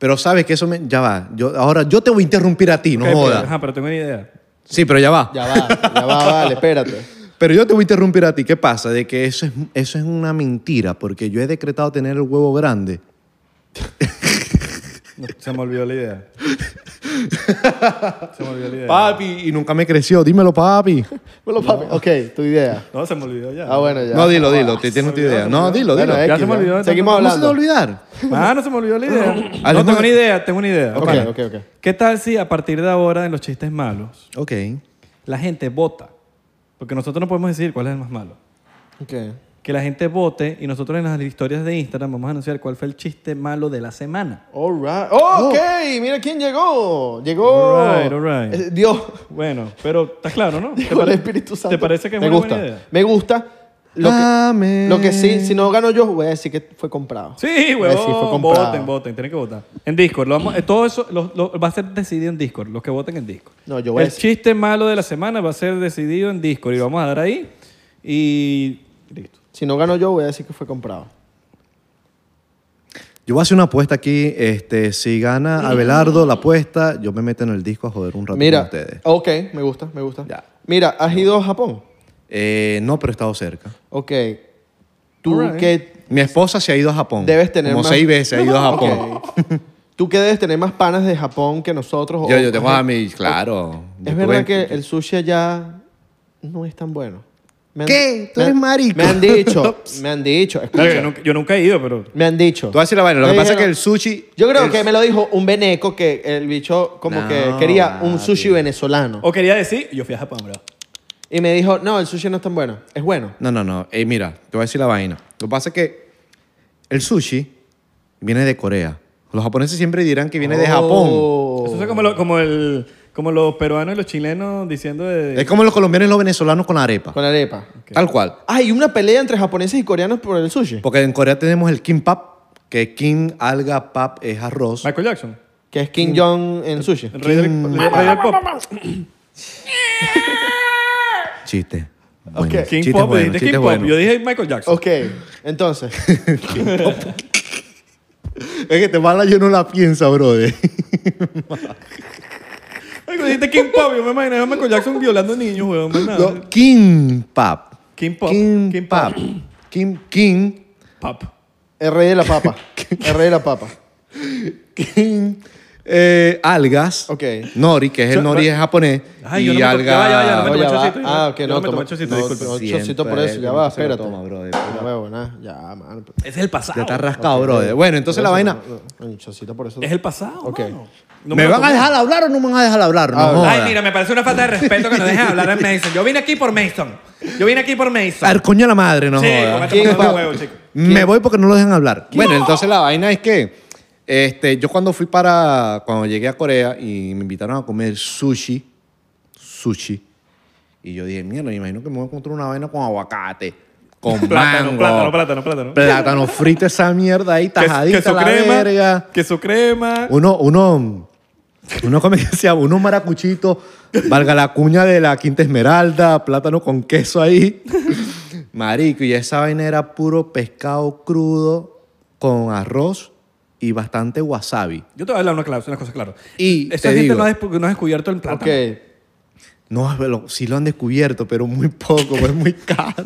Speaker 3: Pero sabes que eso me... Ya va. Yo, ahora yo te voy a interrumpir a ti, no
Speaker 1: Ok, pero-
Speaker 3: jodas.
Speaker 1: Ajá, pero tengo una idea.
Speaker 3: Sí, pero ya va.
Speaker 2: Ya va, ya va, vale,
Speaker 3: <laughs>
Speaker 2: espérate.
Speaker 3: Pero yo te voy a interrumpir a ti. ¿Qué pasa? De que eso es, eso es una mentira, porque yo he decretado tener el huevo grande.
Speaker 1: No, se me olvidó la idea. se me olvidó la idea.
Speaker 3: Papi, y nunca me creció. Dímelo, papi.
Speaker 2: Bueno, papi, ok, tu idea.
Speaker 1: No, se me olvidó ya.
Speaker 2: Ah, bueno, ya.
Speaker 3: No, dilo, dilo. Te tienes tu idea. No, dilo, dilo.
Speaker 2: Bueno,
Speaker 1: Ya
Speaker 2: X,
Speaker 1: se me
Speaker 2: ¿no?
Speaker 1: olvidó, entonces,
Speaker 2: Seguimos
Speaker 3: ¿Cómo se te va
Speaker 2: hablando.
Speaker 3: a olvidar?
Speaker 1: Ah, no se me olvidó la idea. no,
Speaker 3: Además-
Speaker 1: tengo una idea, tengo una idea.
Speaker 2: Ok,
Speaker 1: Pana,
Speaker 2: ok, ok.
Speaker 1: ¿Qué tal si a partir de ahora en los chistes malos
Speaker 3: Ok.
Speaker 1: la gente vota? Porque nosotros no podemos decir cuál es el más malo.
Speaker 2: Ok.
Speaker 1: Que la gente vote y nosotros en las historias de Instagram vamos a anunciar cuál fue el chiste malo de la semana.
Speaker 2: All right. Ok,
Speaker 3: Oh.
Speaker 2: mira quién llegó. Llegó.
Speaker 1: All right, all right.
Speaker 2: Eh,
Speaker 3: <laughs>
Speaker 2: Dios.
Speaker 1: Bueno, pero está claro, ¿no? ¿Te
Speaker 2: Llegó el
Speaker 1: pare-
Speaker 2: Espíritu Santo.
Speaker 1: ¿Te parece que es
Speaker 2: Me
Speaker 1: una
Speaker 2: gusta.
Speaker 1: buena idea?
Speaker 2: Me gusta. Lo
Speaker 3: Ah,
Speaker 2: que,
Speaker 3: Amén.
Speaker 2: lo que sí,
Speaker 3: eh.
Speaker 2: si no gano yo, voy a decir que fue comprado.
Speaker 1: Sí,
Speaker 2: Voy a decir, fue
Speaker 1: huevón.
Speaker 2: comprado.
Speaker 1: voten, voten. Tienen que votar. En Discord. Lo vamos- eh, todo eso lo- lo- va a ser decidido en Discord. Los que voten en Discord.
Speaker 2: No, yo voy a
Speaker 1: El
Speaker 2: decir-
Speaker 1: chiste malo de la semana va a ser decidido en Discord. Y lo vamos a dar ahí. Y listo.
Speaker 2: Si no gano yo, voy a decir que fue comprado.
Speaker 3: Yo voy a hacer una apuesta aquí. Este, si gana Abelardo la apuesta, yo me meto en el disco a joder un rato
Speaker 2: Mira.
Speaker 3: con ustedes.
Speaker 2: Ok, me gusta, me gusta.
Speaker 3: Ya.
Speaker 2: Mira, has ido a Japón.
Speaker 3: Eh, no, pero he estado cerca.
Speaker 2: Ok. Tú
Speaker 1: All right.
Speaker 2: que
Speaker 3: Mi esposa se ha ido a Japón.
Speaker 2: debes tener
Speaker 3: Como
Speaker 2: más...
Speaker 3: seis veces ha ido a Japón.
Speaker 2: Ok. Tú que debes tener más panas de Japón que nosotros. o-
Speaker 3: Yo, yo tengo
Speaker 2: o-
Speaker 3: a mis, claro. Yo
Speaker 2: Es
Speaker 3: tuve-
Speaker 2: verdad que el sushi allá no es tan bueno. Me han-
Speaker 3: ¿Qué? ¿Tú
Speaker 2: me-
Speaker 3: eres marico?
Speaker 2: Me han
Speaker 3: <laughs>
Speaker 2: dicho, me han dicho, escucha,
Speaker 1: Yo nunca, yo nunca he ido, pero.
Speaker 2: me han dicho.
Speaker 3: Tú vas a decir la vaina. Lo
Speaker 2: Me
Speaker 3: que pasa es que
Speaker 2: dijeron-
Speaker 3: el sushi...
Speaker 2: Yo creo
Speaker 3: el-
Speaker 2: que me lo dijo un veneco que el bicho como
Speaker 3: No,
Speaker 2: que quería un
Speaker 3: papi.
Speaker 2: sushi venezolano.
Speaker 1: O quería decir, yo fui a Japón, bro.
Speaker 2: Y me dijo, no, el sushi no es tan bueno, es bueno.
Speaker 3: No, no, no. Eh, mira, te voy a decir la vaina. Lo que pasa es que el sushi viene de Corea. Los japoneses siempre dirán que viene de Japón.
Speaker 2: Oh.
Speaker 1: Eso es como, lo- como, el, como los peruanos y los chilenos diciendo de.
Speaker 3: Es como los colombianos y los venezolanos con la arepa.
Speaker 2: Con arepa.
Speaker 3: Tal cual.
Speaker 2: Hay una pelea entre japoneses y coreanos por el sushi.
Speaker 3: Porque en Corea tenemos el kimbap, que kim, alga, pap es arroz.
Speaker 1: Michael Jackson.
Speaker 2: Que es Kim Jong en sushi.
Speaker 1: El rey, del, el rey del pop.
Speaker 3: Chiste. Bueno,
Speaker 2: Ok.
Speaker 1: King
Speaker 3: chiste
Speaker 1: Pop.
Speaker 3: bueno,
Speaker 1: dijiste
Speaker 3: chiste
Speaker 1: King
Speaker 3: bueno.
Speaker 1: Pop. Yo dije Michael Jackson.
Speaker 2: Ok, entonces.
Speaker 3: Es que te mala yo no la piensa, brother.
Speaker 1: Ay, cuando dijiste King Pop. Yo me imaginé a Michael Jackson violando niños, weón. más nada.
Speaker 3: No, kimbap.
Speaker 1: Kimbap.
Speaker 3: Kimbap. Kim, kim,
Speaker 1: Pop.
Speaker 2: El rey de la
Speaker 3: <laughs>
Speaker 2: papa. El rey de la papa.
Speaker 3: kim, eh, algas.
Speaker 2: Ok.
Speaker 3: Nori, que es el nori es japonés.
Speaker 1: Ay, yo
Speaker 3: y
Speaker 1: no me to-
Speaker 3: alga.
Speaker 1: ya va, ya va, ya va,
Speaker 2: No,
Speaker 1: tomé
Speaker 2: ya va.
Speaker 1: chocito, ya.
Speaker 2: Ah, ok,
Speaker 1: Yo
Speaker 2: no,
Speaker 1: no me
Speaker 2: toma-
Speaker 1: tomé chocito,
Speaker 2: no,
Speaker 1: disculpa.
Speaker 2: no,
Speaker 3: Siempre
Speaker 2: chocito por eso, ya va,
Speaker 3: se lo
Speaker 2: espérate.
Speaker 3: toma, brother.
Speaker 2: Ya, huevo, nada, ya, man.
Speaker 1: Es el pasado.
Speaker 3: Ya está rascado, brother. Bueno, entonces la vaina.
Speaker 2: Un chocito por eso.
Speaker 1: Es el pasado.
Speaker 2: Ok.
Speaker 1: mano. No
Speaker 3: ¿Me
Speaker 1: lo
Speaker 3: van a
Speaker 1: tomo.
Speaker 3: dejar hablar o no me van a dejar hablar? No
Speaker 2: Ah,
Speaker 1: Ay,
Speaker 3: joda.
Speaker 1: mira, me parece una falta de respeto que nos dejen hablar
Speaker 3: <laughs>
Speaker 1: a Mason. Yo vine aquí por Mason. Yo vine aquí por Mason.
Speaker 3: Al coño de la madre, no
Speaker 1: Sí,
Speaker 3: joda.
Speaker 1: con esta
Speaker 2: ¿Quién
Speaker 1: mamá de
Speaker 2: va?
Speaker 1: huevo, chico.
Speaker 3: Me voy porque no lo dejan hablar. Bueno, entonces la vaina es que este, yo cuando fui para, cuando llegué a Corea y me invitaron a comer sushi, sushi, Y yo dije, mierda, me imagino que me voy a encontrar una vaina con aguacate, con
Speaker 1: Plátano,
Speaker 3: mango.
Speaker 1: plátano, plátano, plátano.
Speaker 3: Plátano frito esa mierda ahí, tajadita
Speaker 1: queso
Speaker 3: la
Speaker 1: crema,
Speaker 3: verga.
Speaker 1: queso crema.
Speaker 3: Uno, uno, uno, ¿cómo que se llama? Unos maracuchitos, valga la cuña de la Quinta Esmeralda, plátano con queso ahí. Marico, y esa vaina era puro pescado crudo con arroz y bastante wasabi.
Speaker 1: Yo te voy a hablar una, clave, una cosa clara.
Speaker 3: Y
Speaker 1: Esa
Speaker 3: te
Speaker 1: gente
Speaker 3: digo-
Speaker 1: no ha, despu- no ha descubierto el plátano.
Speaker 2: Ok.
Speaker 3: No, pero sí lo han descubierto, pero muy poco, <laughs> es muy caro.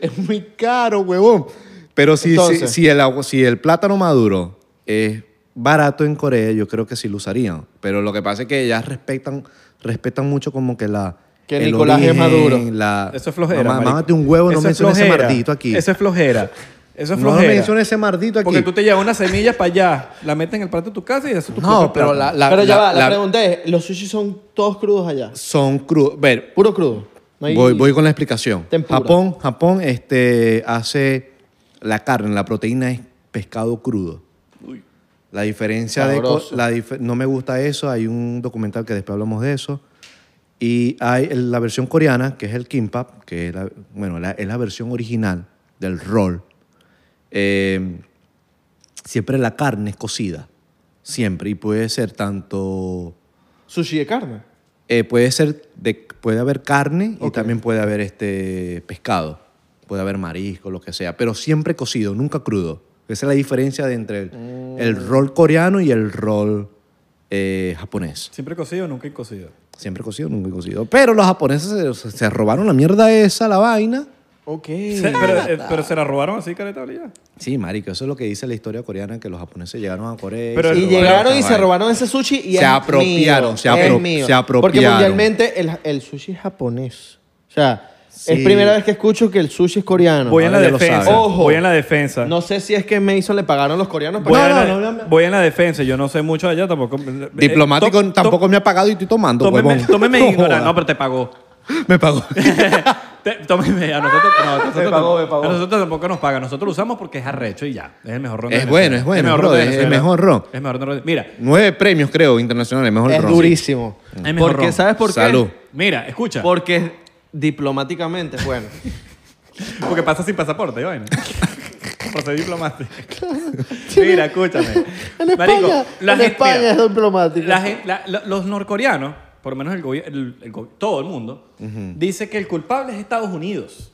Speaker 3: es muy caro, huevón. Pero si, si,
Speaker 2: Entonces.
Speaker 3: si el, agua- si el plátano maduro es barato en Corea, yo creo que sí lo usarían. Pero lo que pasa es que ellas respetan, respetan mucho como que la...
Speaker 2: Que
Speaker 3: el
Speaker 2: Nicolás es maduro.
Speaker 3: la-
Speaker 1: Eso es flojera.
Speaker 3: Mamá,
Speaker 1: marico.
Speaker 3: mámate un huevo,
Speaker 1: Eso
Speaker 3: no
Speaker 1: es
Speaker 3: menciones ese
Speaker 1: flojera.
Speaker 3: mardito aquí.
Speaker 1: Eso es flojera. Eso es
Speaker 3: no
Speaker 1: flojera.
Speaker 3: menciones ese mardito aquí.
Speaker 1: Porque tú te llevas una semilla para allá, la metes en el plato de tu casa y haces tu
Speaker 3: No,
Speaker 1: propio
Speaker 3: pero
Speaker 1: plátano.
Speaker 3: la, la-
Speaker 2: Pero ya
Speaker 3: la-
Speaker 2: va, la,
Speaker 3: la-
Speaker 2: pregunta es, ¿los sushis son todos crudos allá?
Speaker 3: Son crudos. Ver,
Speaker 2: Puro crudo. No hay-
Speaker 3: Voy, voy con la explicación.
Speaker 2: Tempura.
Speaker 3: Japón, Japón este, hace la carne, la proteína es pescado crudo. La diferencia de... co-
Speaker 2: Sabroso.
Speaker 3: La dif- no me gusta eso, hay un documental que después hablamos de eso. Y hay el- la versión coreana, que es el kimbap, que es la, bueno, la- es la versión original del roll. Eh, siempre la carne es cocida, siempre. Y puede ser tanto...
Speaker 2: Sushi de carne.
Speaker 3: Eh, puede ser, de, puede haber carne y
Speaker 2: Ok.
Speaker 3: también puede haber este pescado, puede haber marisco, lo que sea, pero siempre cocido, nunca crudo. Esa es la diferencia de entre el,
Speaker 2: Mm.
Speaker 3: el rol coreano y el rol eh, japonés.
Speaker 1: Siempre cocido, nunca he cocido.
Speaker 3: Siempre cocido, nunca cocido. Pero los japoneses se, se robaron la mierda esa, la vaina.
Speaker 2: Ok.
Speaker 1: Se- pero, eh, pero se la robaron así, careta habilidad.
Speaker 3: Sí, marico, eso es lo que dice la historia coreana, que los japoneses llegaron a Corea.
Speaker 1: Pero-
Speaker 3: se
Speaker 2: Y
Speaker 1: Bueno,
Speaker 3: robaron
Speaker 2: llegaron y
Speaker 3: esa
Speaker 2: se
Speaker 3: vaina.
Speaker 2: robaron ese sushi y
Speaker 3: Se
Speaker 2: es
Speaker 3: apropiaron,
Speaker 2: mío,
Speaker 3: se apro-
Speaker 2: es mío.
Speaker 3: se
Speaker 2: Porque
Speaker 3: apropiaron.
Speaker 2: mundialmente el, el sushi es japonés. O sea,
Speaker 3: Sí.
Speaker 2: es primera vez que escucho que el sushi es coreano.
Speaker 1: Voy en la
Speaker 3: ahora ya lo
Speaker 1: defensa.
Speaker 3: saben.
Speaker 1: Voy en la defensa.
Speaker 2: No sé si es que Mason le pagaron los coreanos.
Speaker 1: voy,
Speaker 2: pero-
Speaker 1: en la,
Speaker 2: No, no, no, no.
Speaker 1: voy en la defensa. Yo no sé mucho de allá tampoco. Eh,
Speaker 3: Diplomático
Speaker 1: to- to-
Speaker 3: tampoco me ha pagado y estoy tomando,
Speaker 1: Tómeme,
Speaker 3: huevón. <laughs>
Speaker 1: tómeme
Speaker 3: No
Speaker 1: ignorante.
Speaker 3: joda.
Speaker 1: No, pero te pagó. <laughs>
Speaker 3: Me pagó. <laughs>
Speaker 1: Te- tómeme. A nosotros, no, a nosotros
Speaker 2: Me pagó, me
Speaker 1: tampoco-
Speaker 2: pagó.
Speaker 1: a nosotros tampoco nos paga. Nosotros lo usamos porque es arrecho y ya. Es el mejor ron. de
Speaker 3: Es
Speaker 1: Venezuela.
Speaker 3: bueno, es bueno,
Speaker 1: el mejor
Speaker 3: bro,
Speaker 1: ron de
Speaker 3: es el
Speaker 1: Venezuela.
Speaker 3: mejor ron.
Speaker 1: Es el mejor ron de- Mira,
Speaker 3: Nueve premios, creo, internacionales. Mejor
Speaker 2: Es
Speaker 3: ron, sí.
Speaker 2: durísimo.
Speaker 1: es el mejor
Speaker 5: Porque,
Speaker 1: ron.
Speaker 5: ¿sabes por qué?
Speaker 3: Salud.
Speaker 1: Mira, escucha.
Speaker 5: Porque
Speaker 2: Diplomáticamente, bueno.
Speaker 1: Porque pasa sin pasaporte,
Speaker 3: <laughs>
Speaker 1: yo Por ser diplomático. Mira, escúchame.
Speaker 4: En España,
Speaker 1: la
Speaker 4: en
Speaker 1: gente-
Speaker 4: España
Speaker 1: mira,
Speaker 4: es diplomático.
Speaker 1: la gen- la- la- los norcoreanos, por lo menos el gobi- el- el go- todo el mundo, dice que el culpable es Estados Unidos.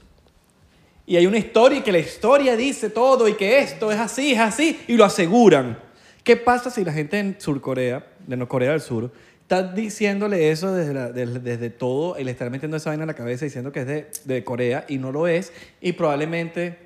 Speaker 1: Y hay una historia y que la historia dice todo y que esto es así, es así, y lo aseguran. ¿Qué pasa si la gente en Surcorea, de no- Corea del Sur, está diciéndole eso desde, la- del- desde todo y le están metiendo esa vaina en la cabeza diciendo que es de, de Corea y no lo es? Y probablemente...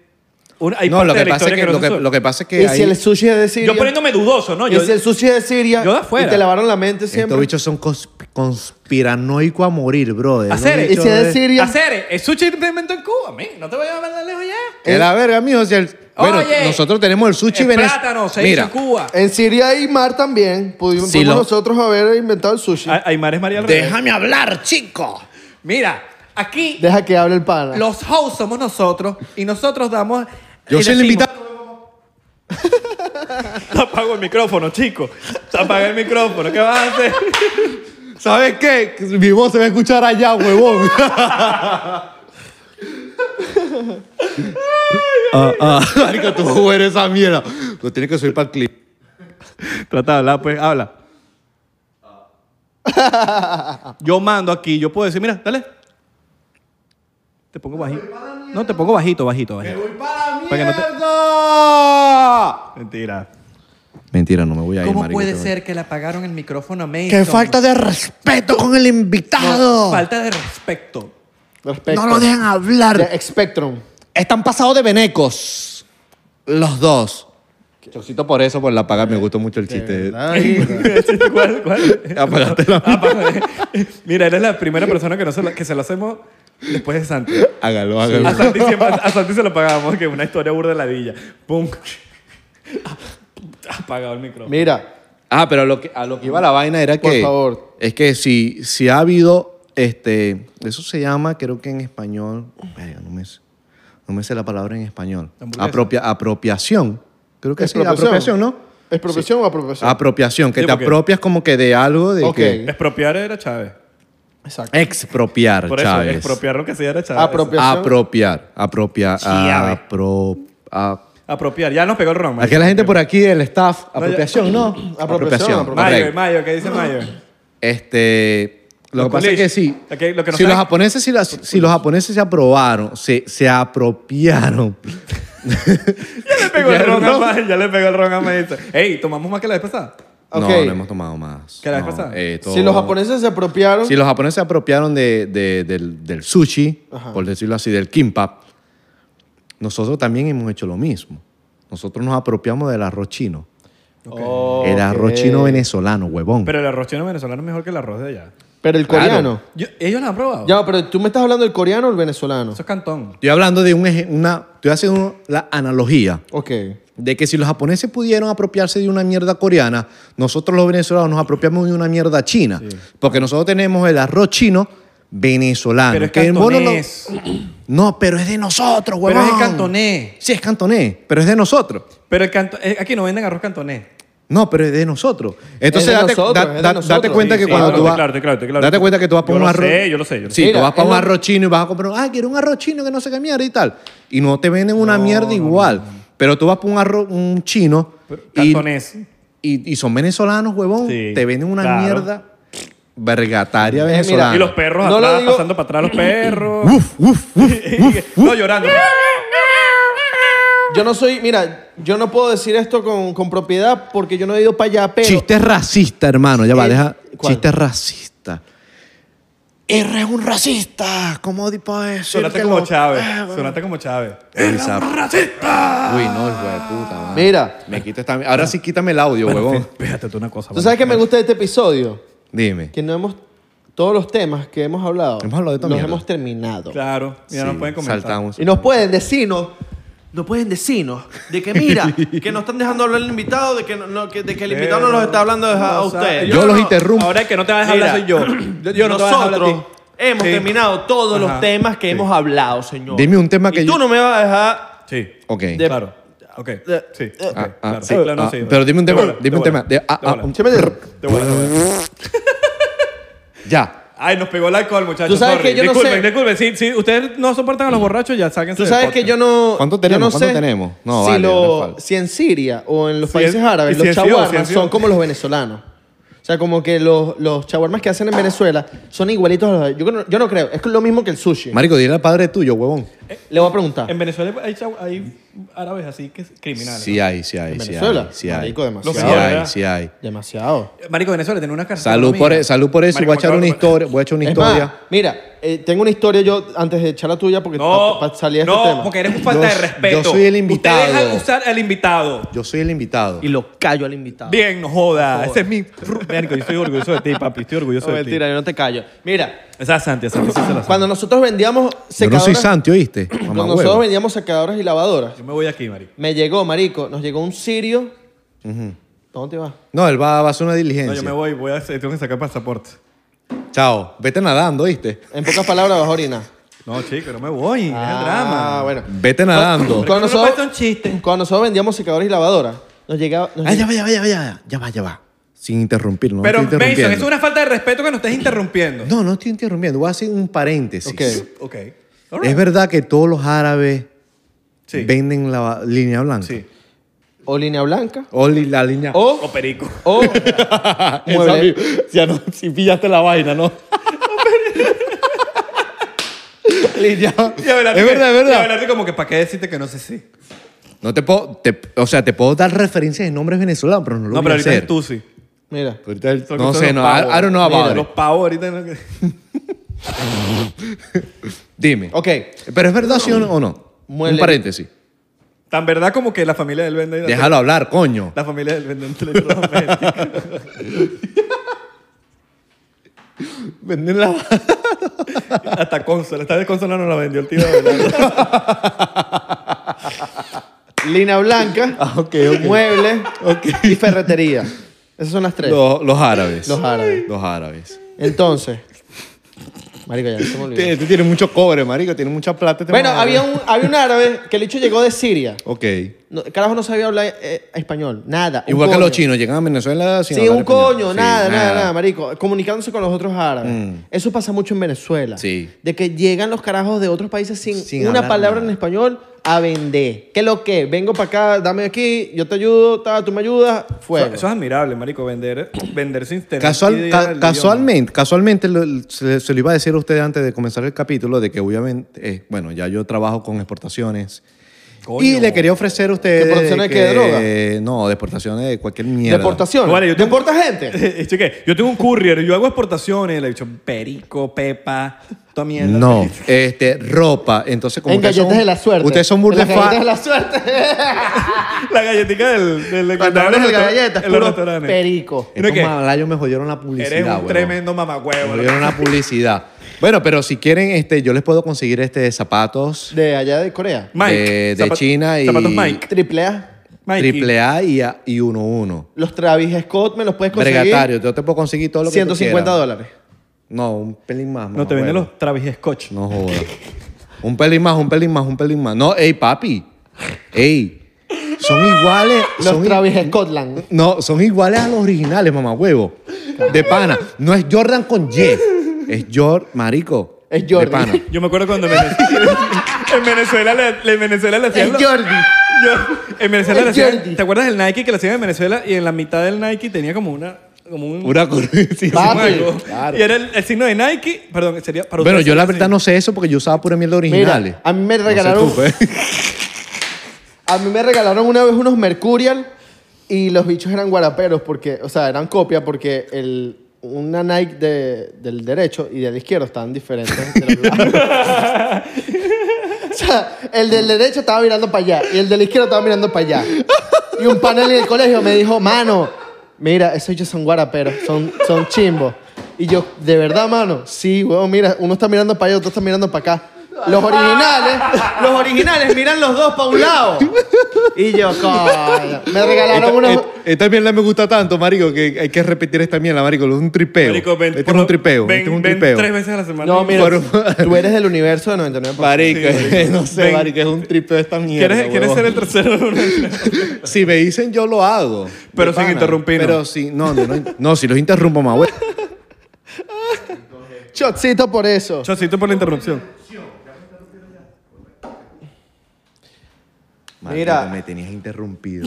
Speaker 1: una- hay
Speaker 3: No,
Speaker 1: parte
Speaker 3: lo
Speaker 1: de
Speaker 3: que,
Speaker 1: la
Speaker 3: pasa es
Speaker 1: historia
Speaker 3: que,
Speaker 1: no
Speaker 3: lo,
Speaker 1: se
Speaker 3: que,
Speaker 1: su-
Speaker 3: lo que pasa es que
Speaker 2: y
Speaker 3: ahí
Speaker 2: si el sushi es de Siria.
Speaker 1: Yo poniéndome dudoso, ¿no?
Speaker 2: y
Speaker 1: Yo,
Speaker 2: si el sushi es de Siria.
Speaker 1: Yo de afuera.
Speaker 2: Y te lavaron la mente
Speaker 3: estos
Speaker 2: siempre.
Speaker 3: bichos son consp- conspiranoico a morir, brother. Los
Speaker 1: Hacer,
Speaker 3: bichos
Speaker 2: y si es de
Speaker 3: de-
Speaker 2: Siria.
Speaker 1: Hacer, el sushi te inventó en Cuba, men. No te voy a mandar lejos ya.
Speaker 3: Es la verga, mijo. si el- bueno,
Speaker 1: Oye,
Speaker 3: nosotros tenemos el sushi
Speaker 1: el
Speaker 3: venez-
Speaker 1: plátano se
Speaker 3: Mira,
Speaker 1: hizo en Cuba.
Speaker 2: En Siria hay mar también. Pudimos
Speaker 3: Sí,
Speaker 2: pudimos
Speaker 3: lo-
Speaker 2: nosotros haber inventado el sushi.
Speaker 1: A- Aymar es María al revés.
Speaker 3: déjame hablar, chico.
Speaker 1: Mira, aquí
Speaker 2: Deja que hable el pana.
Speaker 1: los hosts somos nosotros y nosotros damos...
Speaker 3: Yo
Speaker 1: y
Speaker 3: soy el
Speaker 1: decimos-
Speaker 3: invitado.
Speaker 1: <laughs> Apago el micrófono, chico. Apaga el micrófono. ¿Qué vas a hacer?
Speaker 3: ¿Sabes qué? Mi voz se va a escuchar allá, huevón. <laughs> ah, ah, marico, tú eres esa mierda. Lo tienes que subir para el clip.
Speaker 1: <laughs> Trata de hablar, pues. <laughs> Habla. Yo mando aquí. Yo puedo decir, mira, dale. Te pongo bajito. No, te pongo bajito, bajito, bajito. Para que no te- Mentira.
Speaker 3: Mentira, no me voy a ir,
Speaker 1: ¿Cómo
Speaker 3: marico,
Speaker 1: puede
Speaker 3: te voy-
Speaker 1: ser que le apagaron el micrófono a Mason?
Speaker 3: ¡Qué falta de respeto con el invitado!
Speaker 1: No, falta de respeto. <laughs>
Speaker 2: Respecto.
Speaker 3: No lo dejan hablar.
Speaker 2: De Spectrum.
Speaker 3: Están pasados de venecos. Los dos. Chocito por eso, por la paga. Me gustó mucho el
Speaker 1: <laughs>
Speaker 3: chiste. <laughs>
Speaker 1: ¿Cuál? ¿Cuál?
Speaker 3: Apagaste la
Speaker 1: Apaga. <laughs> Mira, eres la primera persona que, no se lo, que se lo hacemos después de Santi.
Speaker 3: Hágalo,
Speaker 1: A
Speaker 3: hágalo.
Speaker 1: Santi, siempre- a Santi se lo pagamos, que es una historia burdeladilla. Pum. <laughs> Apagado el micrófono.
Speaker 2: Mira,
Speaker 3: Ah, pero lo que, a lo que iba la vaina era
Speaker 2: Por
Speaker 3: que.
Speaker 2: favor.
Speaker 3: Es que si, si ha habido. Este, eso se llama, creo que en español. verga, no, me, sé- no me sé la palabra en español.
Speaker 1: Hamburguesa.
Speaker 3: Apropia, apropiación. Creo que sí,
Speaker 2: Expropiación.
Speaker 3: apropiación, ¿no?
Speaker 2: ¿es profesión o apropiación?
Speaker 3: Apropiación, que
Speaker 1: Sí,
Speaker 3: te
Speaker 1: porque-
Speaker 3: apropias como que de algo, de
Speaker 2: Ok.
Speaker 3: que-
Speaker 1: Expropiar era Chávez.
Speaker 2: Exacto.
Speaker 3: Expropiar,
Speaker 1: Por eso,
Speaker 3: Chávez.
Speaker 1: expropiar lo que se era Chávez.
Speaker 2: Apropiar.
Speaker 3: Apropiar. Apropiar.
Speaker 1: Chiave.
Speaker 3: apro- a-
Speaker 1: Apropiar. Ya nos pegó el ron. Mayo.
Speaker 3: Aquí la gente por aquí, el staff, apropiación, ¿no?
Speaker 2: Apropiación, apropiación.
Speaker 1: Mayo,
Speaker 3: correcto.
Speaker 1: Mayo, ¿qué dice Mayo?
Speaker 3: Este, lo
Speaker 1: Los
Speaker 3: que pasa es
Speaker 1: coolish.
Speaker 3: que sí.
Speaker 1: Ok, lo que no
Speaker 3: si,
Speaker 1: sabe-
Speaker 3: los japoneses, si, las- si los japoneses se aprobaron, se, se apropiaron.
Speaker 1: <laughs> Ya le pegó
Speaker 3: Ya
Speaker 1: el ron a
Speaker 3: no.
Speaker 1: Mayo. Ya le pegó el ron a Mayo. Ey, ¿tomamos más que la vez pasada?
Speaker 2: Ok.
Speaker 3: No, no hemos tomado más.
Speaker 1: ¿Qué la vez
Speaker 3: No,
Speaker 1: pasada?
Speaker 3: eh, todo-
Speaker 2: Si los japoneses se apropiaron,
Speaker 3: Si los japoneses se apropiaron de- de- del, del sushi,
Speaker 2: Ajá.
Speaker 3: por decirlo así, del kimbap, nosotros también hemos hecho lo mismo. Nosotros nos apropiamos del arroz chino. El arroz chino venezolano, huevón.
Speaker 2: Mm.
Speaker 1: Pero el arroz chino venezolano es mejor que el arroz de allá.
Speaker 2: pero el
Speaker 3: Claro.
Speaker 2: coreano.
Speaker 1: Yo- ¿Ellos lo han probado?
Speaker 2: Ya, pero tú me estás hablando del coreano o el venezolano.
Speaker 1: Eso es cantón.
Speaker 3: estoy hablando de un eje- una, estoy haciendo la analogía
Speaker 2: Ok.
Speaker 3: de que si los japoneses pudieron apropiarse de una mierda coreana, nosotros los venezolanos nos apropiamos de una mierda china, porque nosotros tenemos el arroz chino venezolano.
Speaker 1: Pero es
Speaker 3: que en bono lo-
Speaker 1: cantonés.
Speaker 3: No, pero es de nosotros,
Speaker 1: Pero
Speaker 3: huevón.
Speaker 1: es el cantonés.
Speaker 3: Sí, es cantonés, pero es de nosotros.
Speaker 1: Pero el canto- eh, aquí no venden arroz cantonés.
Speaker 3: No, pero es de nosotros. Entonces,
Speaker 2: Es de
Speaker 3: date,
Speaker 2: nosotros,
Speaker 3: da-
Speaker 2: es de
Speaker 3: da-
Speaker 2: nosotros.
Speaker 3: date cuenta
Speaker 1: Sí,
Speaker 3: que
Speaker 1: sí,
Speaker 3: cuando
Speaker 1: claro,
Speaker 3: tú vas.
Speaker 1: claro, claro, claro.
Speaker 3: Date cuenta que tú vas
Speaker 1: Yo
Speaker 3: para un
Speaker 1: lo
Speaker 3: arroz.
Speaker 1: sé, yo lo sé, yo lo sé.
Speaker 3: Sí,
Speaker 2: Mira,
Speaker 3: tú vas para
Speaker 2: es
Speaker 3: un
Speaker 2: lo-
Speaker 3: arroz chino y vas a comprar. Ah, quiero un arroz chino que no sé qué mierda y tal. Y no te venden una mierda igual. Pero tú vas para un arroz un chino. y-
Speaker 1: Cantonés.
Speaker 3: Y, y son venezolanos, huevón.
Speaker 1: Sí,
Speaker 3: te venden una
Speaker 1: claro. Eh,
Speaker 3: mierda vergataria
Speaker 2: mira,
Speaker 3: venezolana.
Speaker 1: Y los perros
Speaker 2: Ah. No lo
Speaker 1: atrás,
Speaker 2: digo-
Speaker 1: pasando para atrás los perros.
Speaker 3: Uf, uf,
Speaker 1: <laughs>
Speaker 3: uf.
Speaker 1: no, llorando.
Speaker 2: Yo no soy, mira, yo no puedo decir esto con, con propiedad porque yo no he ido para allá, pero.
Speaker 3: Chiste racista, hermano. Ya va,
Speaker 2: El-
Speaker 3: deja.
Speaker 2: ¿cuál?
Speaker 3: Chiste racista. R es un racista. ¿Cómo tipo eso?
Speaker 1: Sonaste como Chávez.
Speaker 3: Eh,
Speaker 2: Ah,
Speaker 1: Sonaste como Chávez.
Speaker 3: Uy, no, hijo de puta. mano.
Speaker 2: Mira.
Speaker 3: Me quita esta- Ahora sí quítame el audio, huevón.
Speaker 1: Fíjate tú una cosa.
Speaker 2: ¿Tú sabes que me gusta de este episodio?
Speaker 3: Dime.
Speaker 2: Que no hemos. Todos los temas que hemos hablado.
Speaker 3: Hemos hablado de esta
Speaker 2: Los
Speaker 3: mierda.
Speaker 2: hemos terminado.
Speaker 1: Claro, mira,
Speaker 3: Sí,
Speaker 1: no pueden comentar.
Speaker 3: Saltamos.
Speaker 2: Y nos pueden decirnos, nos pueden decirnos de que
Speaker 3: <laughs>
Speaker 2: mira, que no están dejando hablar el invitado, de que, no- no, que- de que el invitado no los está hablando a, a
Speaker 1: O sea,
Speaker 2: ustedes.
Speaker 3: Yo
Speaker 1: no,
Speaker 3: los
Speaker 1: no,
Speaker 3: interrumpo.
Speaker 1: Ahora el que no te vas a dejar hablar soy
Speaker 2: Mira,
Speaker 1: yo. <clears throat> Yo, yo no te voy a dejar hablar a
Speaker 2: Nosotros
Speaker 1: ti.
Speaker 2: hemos
Speaker 1: Sí.
Speaker 2: terminado todos
Speaker 1: Ajá,
Speaker 2: los temas que hemos hablado, señor.
Speaker 3: Dime un tema que
Speaker 2: y tú
Speaker 3: yo-
Speaker 2: no me vas a dejar.
Speaker 1: Sí.
Speaker 3: Ok.
Speaker 2: de-
Speaker 1: Claro. Ok. Sí. ok,
Speaker 3: Ah, ah,
Speaker 1: claro.
Speaker 3: sí,
Speaker 1: Claro, no,
Speaker 3: ah,
Speaker 1: sí.
Speaker 3: pero dime un
Speaker 1: De
Speaker 3: tema.
Speaker 1: bola,
Speaker 3: dime un
Speaker 1: bola,
Speaker 3: tema. De- ah,
Speaker 1: de bola.
Speaker 3: ah, un-
Speaker 2: Siempre te-
Speaker 1: De bola, de bola.
Speaker 3: Ya.
Speaker 1: Ay, nos pegó el alcohol, muchachos.
Speaker 2: Tú sabes
Speaker 1: sorry.
Speaker 2: que yo no
Speaker 1: disculpen,
Speaker 2: sé-
Speaker 1: Disculpen, si, si ustedes no soportan a los borrachos, ya sáquense.
Speaker 2: Tú sabes
Speaker 1: del
Speaker 2: que
Speaker 1: podcast.
Speaker 2: yo no.
Speaker 3: ¿Cuánto
Speaker 2: yo
Speaker 3: tenemos?
Speaker 2: no
Speaker 3: ¿Cuánto
Speaker 2: sé
Speaker 3: tenemos? No,
Speaker 2: si,
Speaker 3: vale,
Speaker 2: lo-
Speaker 3: no falta.
Speaker 2: si en Siria o en los
Speaker 1: Si
Speaker 2: países
Speaker 1: es-
Speaker 2: árabes,
Speaker 1: si
Speaker 2: los
Speaker 1: es sí o si
Speaker 2: chaguarmas
Speaker 1: es sí o-
Speaker 2: son como los venezolanos. O sea, como que los, los chaguarmas que hacen en Venezuela son igualitos a los. Yo, no- yo no creo. Es lo mismo que el sushi. Eh,
Speaker 3: Marico, dile al padre tuyo, huevón.
Speaker 2: Le voy a preguntar.
Speaker 1: En Venezuela hay, chau- hay árabes así que es criminales.
Speaker 3: Sí
Speaker 1: ¿no?
Speaker 3: hay, sí hay,
Speaker 2: ¿En
Speaker 3: sí
Speaker 2: Venezuela?
Speaker 3: hay. Sí hay.
Speaker 2: Marico, demasiado,
Speaker 3: Sí hay,
Speaker 1: ¿verdad?
Speaker 3: sí hay.
Speaker 2: Demasiado.
Speaker 1: Marico, Venezuela tiene una carcera.
Speaker 3: Salud por, e- salud por eso. y Voy a echar una historia. Voy a echar una
Speaker 2: Es más,
Speaker 3: historia.
Speaker 2: mira, eh, tengo una historia yo antes de echar la tuya porque
Speaker 1: No,
Speaker 2: para salir de
Speaker 1: no,
Speaker 2: este tema.
Speaker 1: porque eres un falta
Speaker 3: Yo-
Speaker 1: de respeto.
Speaker 3: yo soy el invitado.
Speaker 1: Usted deja usar al invitado.
Speaker 3: Yo soy el invitado.
Speaker 2: Y lo callo al invitado.
Speaker 1: Bien, no joda. Ese es mi. Marico, yo estoy orgulloso de ti, papi. Estoy orgulloso
Speaker 2: No,
Speaker 1: de
Speaker 2: mentira, yo no te callo. Mira,
Speaker 1: ti. Esa es Santi, esa es Santi, esa es la Santi.
Speaker 2: cuando nosotros vendíamos
Speaker 3: Yo no
Speaker 2: secadoras,
Speaker 3: soy santo,
Speaker 2: <clears throat>
Speaker 3: ¿oíste?
Speaker 2: cuando
Speaker 3: Mamá
Speaker 2: nosotros
Speaker 3: huevo.
Speaker 2: vendíamos secadoras y lavadoras,
Speaker 1: Yo me voy aquí, marico.
Speaker 2: me llegó, marico, nos llegó un sirio. ¿Dónde te vas?
Speaker 3: No, él va, va a hacer una
Speaker 1: No,
Speaker 3: diligencia.
Speaker 1: yo me voy, voy a, tengo que sacar pasaporte.
Speaker 3: Chao. Vete nadando, ¿oíste?
Speaker 2: En pocas palabras, vas a
Speaker 3: <laughs>
Speaker 2: orinar.
Speaker 1: No, chico, no me voy. es el
Speaker 2: Ah,
Speaker 1: drama.
Speaker 2: bueno.
Speaker 3: Vete
Speaker 2: Cuando
Speaker 3: nadando.
Speaker 1: Pero no
Speaker 2: nosotros,
Speaker 1: cuesta un chiste.
Speaker 2: cuando nosotros vendíamos secadoras y lavadoras, nos llegaba... nos
Speaker 3: Ah, ya
Speaker 2: llegaba-
Speaker 3: va, ya va, ya va, ya va. Ya va, ya va. Sin interrumpir, no
Speaker 1: Pero,
Speaker 3: estoy
Speaker 1: Mason, eso es
Speaker 3: interrumpiendo.
Speaker 1: una falta de respeto que nos estés interrumpiendo.
Speaker 3: No, no estoy interrumpiendo. Voy a hacer un paréntesis.
Speaker 2: Ok.
Speaker 1: Ok. All right.
Speaker 3: Es verdad que todos los árabes
Speaker 1: Sí.
Speaker 3: venden la línea blanca.
Speaker 1: Sí. Oh.
Speaker 2: o línea blanca,
Speaker 3: O li- la línea...
Speaker 2: o...
Speaker 1: O perico.
Speaker 3: <laughs>
Speaker 1: <laughs>
Speaker 2: o mueble-
Speaker 3: Oh, ya no, si pillaste la vaina, ¿no? <laughs> Línea-
Speaker 1: Y Abelardo
Speaker 3: es
Speaker 1: que-
Speaker 3: verdad, es
Speaker 1: Y
Speaker 3: verdad.
Speaker 1: Abelardo como que, ¿para qué decirte que no sé si?
Speaker 3: No te puedo, te- o sea, te puedo dar referencias de nombres venezolanos, pero no
Speaker 1: No,
Speaker 3: lo voy
Speaker 1: pero
Speaker 3: a
Speaker 1: ahorita es
Speaker 3: hacer.
Speaker 1: tú sí.
Speaker 2: Mira.
Speaker 3: Ahorita el-
Speaker 1: Son-
Speaker 3: no
Speaker 1: son
Speaker 3: sé,
Speaker 1: los
Speaker 3: no,
Speaker 1: pavos.
Speaker 3: I, I don't know about
Speaker 1: Mira,
Speaker 3: it.
Speaker 1: Los pavos ahorita. no-
Speaker 3: Dime.
Speaker 2: Ok.
Speaker 3: Pero es verdad, sí o no. o no? Un
Speaker 2: Muele.
Speaker 3: paréntesis.
Speaker 1: Tan verdad como que la familia del vende.
Speaker 3: Déjalo hablar, coño.
Speaker 1: La familia del vendedor de electrodomésticos.
Speaker 3: <laughs> Venden la...
Speaker 1: Hasta consola. Esta vez consola no la vendió el tío de Abelardo.
Speaker 2: Lina blanca,
Speaker 3: Ah, ok, ok. <laughs>
Speaker 2: mueble y ferretería. Esas son las tres.
Speaker 3: Los, los árabes.
Speaker 2: Los árabes.
Speaker 3: Los árabes.
Speaker 2: Entonces, marico, ya se me olvidó.
Speaker 3: Este tiene mucho cobre, marico. Tiene mucha plata. este
Speaker 2: Bueno,
Speaker 3: man.
Speaker 2: había un, había un árabe que el hecho llegó de Siria.
Speaker 3: Ok.
Speaker 2: No, el carajo no sabía hablar eh, español, nada. un
Speaker 3: Igual que los
Speaker 2: coño.
Speaker 3: chinos, llegan a Venezuela sin
Speaker 2: Sí,
Speaker 3: hablar
Speaker 2: un
Speaker 3: español.
Speaker 2: coño,
Speaker 3: Sí,
Speaker 2: nada, nada, nada, marico. Comunicándose con los otros árabes.
Speaker 3: Mm.
Speaker 2: Eso pasa mucho en Venezuela.
Speaker 3: Sí.
Speaker 2: De que llegan los carajos de otros países sin,
Speaker 3: Sin
Speaker 2: una
Speaker 3: hablar
Speaker 2: palabra
Speaker 3: nada.
Speaker 2: en español a vender. ¿Qué lo que? Vengo para acá, dame aquí, yo te ayudo, ta, tú me ayudas, fuego.
Speaker 1: Eso, eso es admirable, marico, vender, vender sin tener
Speaker 3: Casual-
Speaker 1: idea
Speaker 3: ca-
Speaker 1: del <laughs>
Speaker 3: casualmente, casualmente lo- se, se lo iba a decir a usted antes de comenzar el capítulo de que obviamente, eh, bueno, ya yo trabajo con exportaciones.
Speaker 1: idioma. Coño.
Speaker 3: Y le quería ofrecer a usted...
Speaker 2: ¿Qué exportaciones de qué,
Speaker 3: que- No, de exportaciones de cualquier mierda.
Speaker 2: Deportación.
Speaker 1: Vale, yo te-
Speaker 2: ¿Deporta gente?
Speaker 1: Eh, cheque, yo tengo un courier, yo hago exportaciones, le he dicho perico, pepa, toda mierda.
Speaker 3: No, este, ropa. Entonces, como
Speaker 4: En
Speaker 3: ustedes
Speaker 4: galletas
Speaker 3: son-
Speaker 4: de la suerte.
Speaker 3: Ustedes son burda
Speaker 4: En las galletas
Speaker 3: fan-
Speaker 4: de la suerte.
Speaker 1: <laughs> La galletica del... del, del
Speaker 2: Cuando hablas de galletas,
Speaker 1: en los
Speaker 2: puro
Speaker 1: restaurantes.
Speaker 4: Perico.
Speaker 1: ¿No es
Speaker 3: Estos
Speaker 1: qué?
Speaker 3: malayos me jodieron la publicidad,
Speaker 1: Eres un
Speaker 3: huevón.
Speaker 1: tremendo
Speaker 3: Me
Speaker 1: mamacuevo.
Speaker 3: jodieron la publicidad. Bueno, pero si quieren, este, yo les puedo conseguir este zapatos
Speaker 2: De allá de Corea.
Speaker 1: Mike.
Speaker 3: de- de
Speaker 1: zapa-
Speaker 3: China y-
Speaker 1: Zapatos Mike.
Speaker 2: Triple A.
Speaker 1: Mikey.
Speaker 3: triple A y, a- y 1-1.
Speaker 2: Los Travis Scott me los puedes conseguir.
Speaker 3: Bregatario, yo te puedo conseguir todo lo que tú
Speaker 2: 150
Speaker 3: quieras.
Speaker 2: dólares.
Speaker 3: No, un pelín más.
Speaker 1: No, te venden
Speaker 3: mamacuevo.
Speaker 1: los Travis Scotch.
Speaker 3: No jodas. Un pelín más, un pelín más, un pelín más. No, ey, papi. Ey. Son iguales.
Speaker 4: Los
Speaker 3: son i-
Speaker 4: Travis Scotland.
Speaker 3: No, son iguales a los originales, mamá huevo. De pana. No es Jordan con Y. Es Jordan, marico.
Speaker 4: Es Jordan.
Speaker 3: De pana.
Speaker 1: Yo me acuerdo cuando en Venezuela, <laughs> en Venezuela le, le- en Venezuela le hacían
Speaker 4: Es
Speaker 1: los-
Speaker 4: Jordi.
Speaker 1: Yo- en Venezuela
Speaker 4: Es
Speaker 1: le hacían-
Speaker 4: Jordi.
Speaker 1: ¿Te acuerdas del Nike que le hacían en Venezuela y en la mitad del Nike tenía como una como un,
Speaker 3: Una curiosidad.
Speaker 1: como
Speaker 4: Papi,
Speaker 1: algo. Y era el, el signo de Nike, perdón, sería para
Speaker 3: Bueno,
Speaker 1: ustedes
Speaker 3: yo la
Speaker 1: sería
Speaker 3: verdad
Speaker 1: así.
Speaker 3: no sé eso porque yo usaba pura mierda originales.
Speaker 2: a mí me
Speaker 3: No sé
Speaker 2: regalaron-
Speaker 3: tú, pues.
Speaker 2: A mí me regalaron una vez unos Mercurial y los bichos eran guaraperos porque, o sea, eran copia porque el, una Nike de- del derecho y del izquierdo estaban diferentes.
Speaker 3: <laughs>
Speaker 2: de los lados. <laughs> o sea, el del derecho estaba mirando para allá y el del izquierdo estaba mirando para allá. Y un panel en el colegio me dijo, mano, mira, esos bichos son guaraperos, son, son chimbos. Y yo, de verdad, mano, sí, huevón, mira, uno está mirando para allá, otro está mirando para acá. Los originales, los originales miran los dos para un lado. Y yo, coño, me <laughs> regalaron
Speaker 3: Esta-
Speaker 2: unos...
Speaker 3: et- Eh, Esta mierda me gusta tanto, marico, que hay que repetir esta mierda, marico. Es un tripeo.
Speaker 1: Marico, ven-
Speaker 3: este
Speaker 1: por
Speaker 3: es un
Speaker 1: lo-
Speaker 3: tripeo.
Speaker 1: ven-
Speaker 3: este es un
Speaker 1: ven
Speaker 3: tripeo.
Speaker 1: tres veces a la semana.
Speaker 2: No, mira,
Speaker 3: Fueron-
Speaker 2: tú eres del universo de 99%.
Speaker 3: Marico, <laughs> no sé,
Speaker 1: Ven.
Speaker 3: marico, es un tripeo esta mierda.
Speaker 1: ¿Quieres, quieres ser el
Speaker 3: huevón.
Speaker 1: tercero de una? <laughs>
Speaker 3: Si me dicen, yo lo hago.
Speaker 1: Pero
Speaker 3: De
Speaker 1: sin
Speaker 3: pana.
Speaker 1: interrumpirnos.
Speaker 3: Pero si, no, no, no, no, si los interrumpo, más huevo.
Speaker 2: Chocito por eso.
Speaker 1: Chocito por la interrupción.
Speaker 2: Mira.
Speaker 3: Maldito, me tenías interrumpido.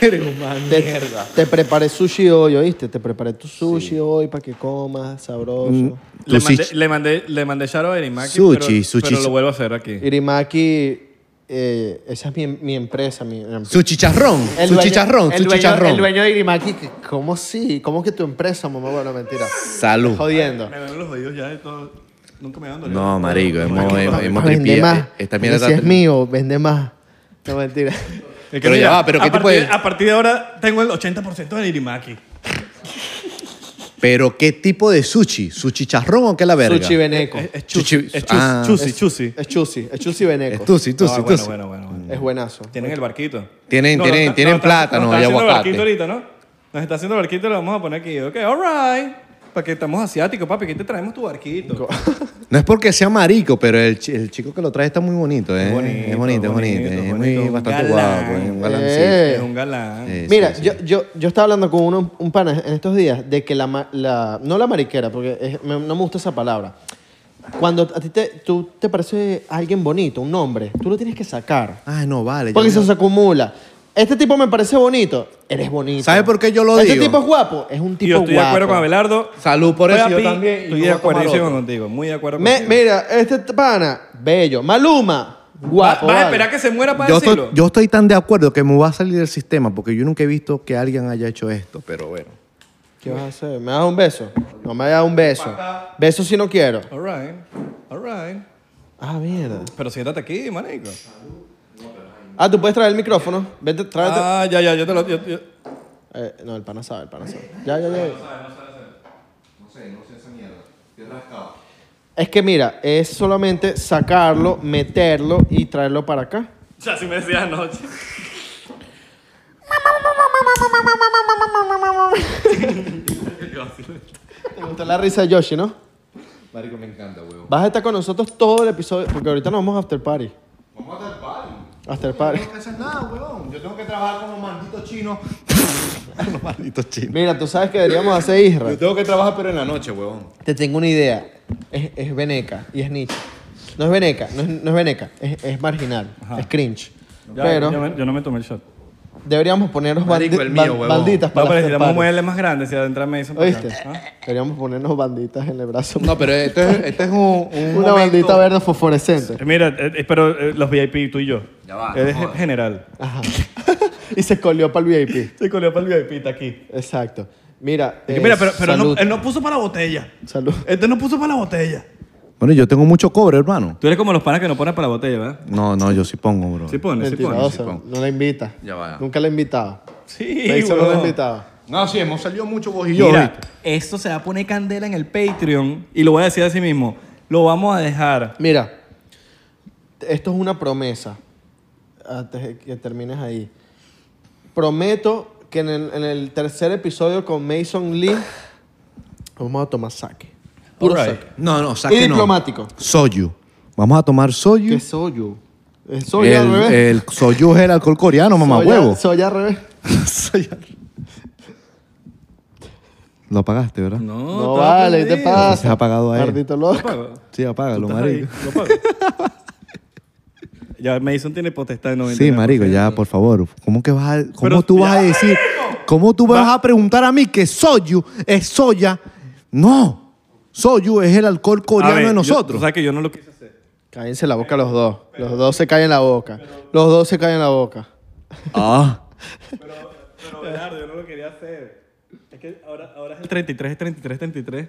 Speaker 2: te, te preparé sushi hoy, ¿oíste? Te preparé tu sushi hoy para que comas, sabroso.
Speaker 3: Mm.
Speaker 1: Le
Speaker 3: Sushi.
Speaker 1: mandé, le mandé, le mandé Sharo a Erimaki,
Speaker 3: Sushi,
Speaker 1: pero,
Speaker 3: sushi,
Speaker 1: pero
Speaker 3: su-
Speaker 1: lo vuelvo a hacer aquí.
Speaker 2: Irimaki, eh, esa es mi, mi empresa. Mi,
Speaker 3: Su chicharrón,
Speaker 2: El
Speaker 3: su
Speaker 2: dueño-
Speaker 3: chicharrón,
Speaker 2: el
Speaker 3: su
Speaker 2: dueño-
Speaker 3: chicharrón.
Speaker 2: El dueño de Irimaki, que- ¿cómo sí? ¿Cómo que tu empresa, mamá? Bueno, mentira.
Speaker 3: Salud.
Speaker 2: Jodiendo.
Speaker 1: Me duelen los oídos ya de todo. Nunca me dan dolido.
Speaker 3: No, marico, hemos, hemos, hemos
Speaker 2: Vende
Speaker 3: tripiado.
Speaker 2: más.
Speaker 3: Esta mierda
Speaker 2: Ese
Speaker 3: está
Speaker 2: es mío, vende más. No, mentira.
Speaker 1: Es que
Speaker 3: Pero ya
Speaker 1: mira,
Speaker 3: va, pero
Speaker 1: a
Speaker 3: ¿qué te
Speaker 1: partir-
Speaker 3: puede-
Speaker 1: A partir de ahora tengo el 80% de Irimaki.
Speaker 3: Pero ¿qué tipo de sushi? ¿Su chicharrón o qué la verga?
Speaker 2: Sushi Beneco.
Speaker 1: Es, es
Speaker 3: Chuchi-
Speaker 1: chusi, es chusi,
Speaker 3: ah.
Speaker 1: chusi,
Speaker 2: Es-
Speaker 1: chusi.
Speaker 2: Es chusi, es chusi Beneco.
Speaker 3: Es tusi, tusi,
Speaker 1: Ah,
Speaker 3: tusi.
Speaker 1: bueno, bueno, bueno, bueno.
Speaker 2: Es buenazo.
Speaker 1: Tienen el barquito.
Speaker 3: Tienen- tienen-
Speaker 1: está-
Speaker 3: tienen
Speaker 1: está-
Speaker 3: plátano
Speaker 1: nos está
Speaker 3: y
Speaker 1: haciendo el
Speaker 3: aguacate.
Speaker 1: barquito ahorita, ¿no? Nos está haciendo el barquito, lo vamos a poner aquí. Ok, all right. Para que estamos asiáticos, papi, que te traemos tu barquito.
Speaker 3: No es porque sea marico, pero el, chi- el chico que lo trae está muy bonito, ¿eh? Es bonito, es bonito, es
Speaker 1: bonito, bonito,
Speaker 3: muy
Speaker 1: un
Speaker 3: bastante
Speaker 1: galán.
Speaker 3: guapo, ¿eh? un
Speaker 2: Eh.
Speaker 3: galancito.
Speaker 1: Es un galán.
Speaker 3: Sí, Eh,
Speaker 2: Mira,
Speaker 3: sí, sí.
Speaker 2: Yo, yo, yo estaba hablando con uno, un pana en estos días de que la, ma- la- no la mariquera, porque es- me- no me gusta esa palabra. Cuando a ti te, tú te parece alguien bonito, un nombre, tú lo tienes que sacar.
Speaker 3: Ay, no, vale.
Speaker 2: Porque
Speaker 3: ya
Speaker 2: eso
Speaker 3: me-
Speaker 2: se acumula. Este tipo me parece bonito. Eres bonito.
Speaker 3: ¿Sabe por qué yo lo
Speaker 2: ¿Este
Speaker 3: digo?
Speaker 2: tipo es guapo. Es un tipo
Speaker 1: Y yo estoy
Speaker 2: guapo.
Speaker 1: de acuerdo con Abelardo.
Speaker 3: Salud por eso, yo
Speaker 1: Papi,
Speaker 3: también, y
Speaker 1: Estoy
Speaker 3: yo
Speaker 1: de
Speaker 3: voy a tomar
Speaker 1: acuerdo
Speaker 3: otro.
Speaker 1: contigo, muy de acuerdo
Speaker 2: Me-
Speaker 1: contigo.
Speaker 2: mira, este pana, bello. Maluma,
Speaker 1: Va-
Speaker 2: guapo.
Speaker 1: Vas a
Speaker 2: vale.
Speaker 1: esperar que se muera para
Speaker 3: Yo
Speaker 1: decirlo.
Speaker 3: estoy, yo estoy tan de acuerdo que me va a salir del sistema porque yo nunca he visto que alguien haya hecho esto, pero bueno.
Speaker 2: ¿Qué vas a hacer? ¿Me das un beso? No me das un beso. Beso si no quiero.
Speaker 1: All right, all right.
Speaker 2: Ah, mierda.
Speaker 1: Pero siéntate aquí, manico.
Speaker 2: Ah, tú puedes traer el micrófono. Vete, tráete.
Speaker 1: Ah, ya, ya, yo te lo... yo- yo-
Speaker 2: Eh, no, el pana sabe, el pana sabe. Ya, ya, ya. Es que mira, es solamente sacarlo, meterlo y traerlo para <laughs> acá.
Speaker 1: O sea, si me decías anoche.
Speaker 2: Te gustó la risa de Yoshi, ¿no?
Speaker 3: Marico, me encanta, huevo.
Speaker 2: Vas a estar con nosotros todo el episodio, porque ahorita nos vamos a after party.
Speaker 3: Vamos a
Speaker 2: After party.
Speaker 3: No haces nada, weón. Yo tengo que trabajar como maldito chino. <laughs> Los malditos chinos.
Speaker 2: Mira, tú sabes que deberíamos hacer Isra.
Speaker 3: Yo tengo que trabajar, pero en la noche, weón.
Speaker 2: Te tengo una idea. Es, es veneca y es niche. No es veneca, no es, no es veneca, es, es marginal,
Speaker 1: Ajá.
Speaker 2: es cringe.
Speaker 1: Ya,
Speaker 2: pero
Speaker 1: yo, me- yo no me tomé el shot.
Speaker 2: deberíamos ponernos
Speaker 3: Marico,
Speaker 2: bandi-
Speaker 3: el mío,
Speaker 2: ban-
Speaker 3: huevón.
Speaker 2: banditas
Speaker 1: No,
Speaker 2: para
Speaker 1: pero
Speaker 2: el after
Speaker 1: necesitamos un
Speaker 2: party.
Speaker 1: mueble más grande si adentrarme eso. para acá.
Speaker 2: ¿Oíste?
Speaker 1: ¿Ah?
Speaker 2: Deberíamos ponernos banditas en el brazo.
Speaker 3: No, pero esto es, esto es un, un
Speaker 2: Una
Speaker 3: momento-
Speaker 2: bandita verde fosforescente.
Speaker 1: Eh, Mira, eh, eh, pero eh, los VIP, tú y yo.
Speaker 3: Ya va,
Speaker 1: Eres
Speaker 3: no jodas.
Speaker 1: general.
Speaker 2: Ajá. <laughs> y se escolió para el VIP.
Speaker 1: Se coló para el VIP, está aquí.
Speaker 2: Exacto. Mira,
Speaker 1: Y que
Speaker 2: eh,
Speaker 1: mira, pero, pero no,
Speaker 2: salud.
Speaker 1: él no puso para la botella.
Speaker 2: Salud.
Speaker 1: Este no puso para la botella.
Speaker 3: Bueno, yo tengo mucho cobre, hermano.
Speaker 1: Tú eres como los panas que no ponen para la botella, ¿verdad?
Speaker 3: No, no, yo sí pongo, bro.
Speaker 1: Sí pone, sí pone.
Speaker 2: Mentiroso,
Speaker 3: sí pone.
Speaker 2: no la invita.
Speaker 3: Ya va.
Speaker 2: Nunca la he invitado.
Speaker 1: Sí,
Speaker 2: Me hizo no la he
Speaker 1: huevón.
Speaker 2: invitado.
Speaker 3: No, sí, hemos salido mucho vos y yo.
Speaker 1: Mira,
Speaker 3: ¿viste?
Speaker 1: esto se va a poner candela en el Patreon y lo voy a decir así mismo. Lo vamos a dejar.
Speaker 2: Mira, esto es una promesa. Antes de que termines ahí. Prometo que en el, en el tercer episodio con Mason Lee vamos a tomar saque. Puro
Speaker 1: Alright.
Speaker 2: saque.
Speaker 3: No, no, saque
Speaker 2: Y
Speaker 3: no.
Speaker 2: diplomático.
Speaker 3: Soyu. Vamos a tomar soyu.
Speaker 2: ¿Qué soy yo? ¿Es soy al
Speaker 3: el,
Speaker 2: revés?
Speaker 3: el soyu es el alcohol coreano, mamá
Speaker 2: Soya-
Speaker 3: huevo.
Speaker 2: soya al revés.
Speaker 3: Soya. Lo apagaste, ¿verdad?
Speaker 1: No,
Speaker 2: No,
Speaker 1: te va a
Speaker 2: vale, ¿qué te
Speaker 1: perder.
Speaker 2: pasa?
Speaker 3: Se ha apagado ahí.
Speaker 2: Maldito
Speaker 1: Lo
Speaker 2: loco.
Speaker 1: pago.
Speaker 3: Sí, apágalo,
Speaker 1: Estás ahí,
Speaker 3: marico.
Speaker 1: lo pago. ya Mason tiene potestad de 90.
Speaker 3: Sí, marico, ya, por favor. ¿Cómo que vas a, cómo
Speaker 1: Pero
Speaker 3: tú
Speaker 1: ya,
Speaker 3: vas a decir, cómo tú vas a preguntar a mí que soyu es soya? No. Soyu es el alcohol coreano de
Speaker 1: O
Speaker 3: nosotros.
Speaker 1: sea que yo no lo quise hacer.
Speaker 2: Cállense la boca los dos. Los dos se callen la boca. Los dos se callen la boca.
Speaker 3: Ah.
Speaker 1: Pero Bernardo, yo no lo quería hacer. Es que ahora, ahora es el 33, es 33, 33.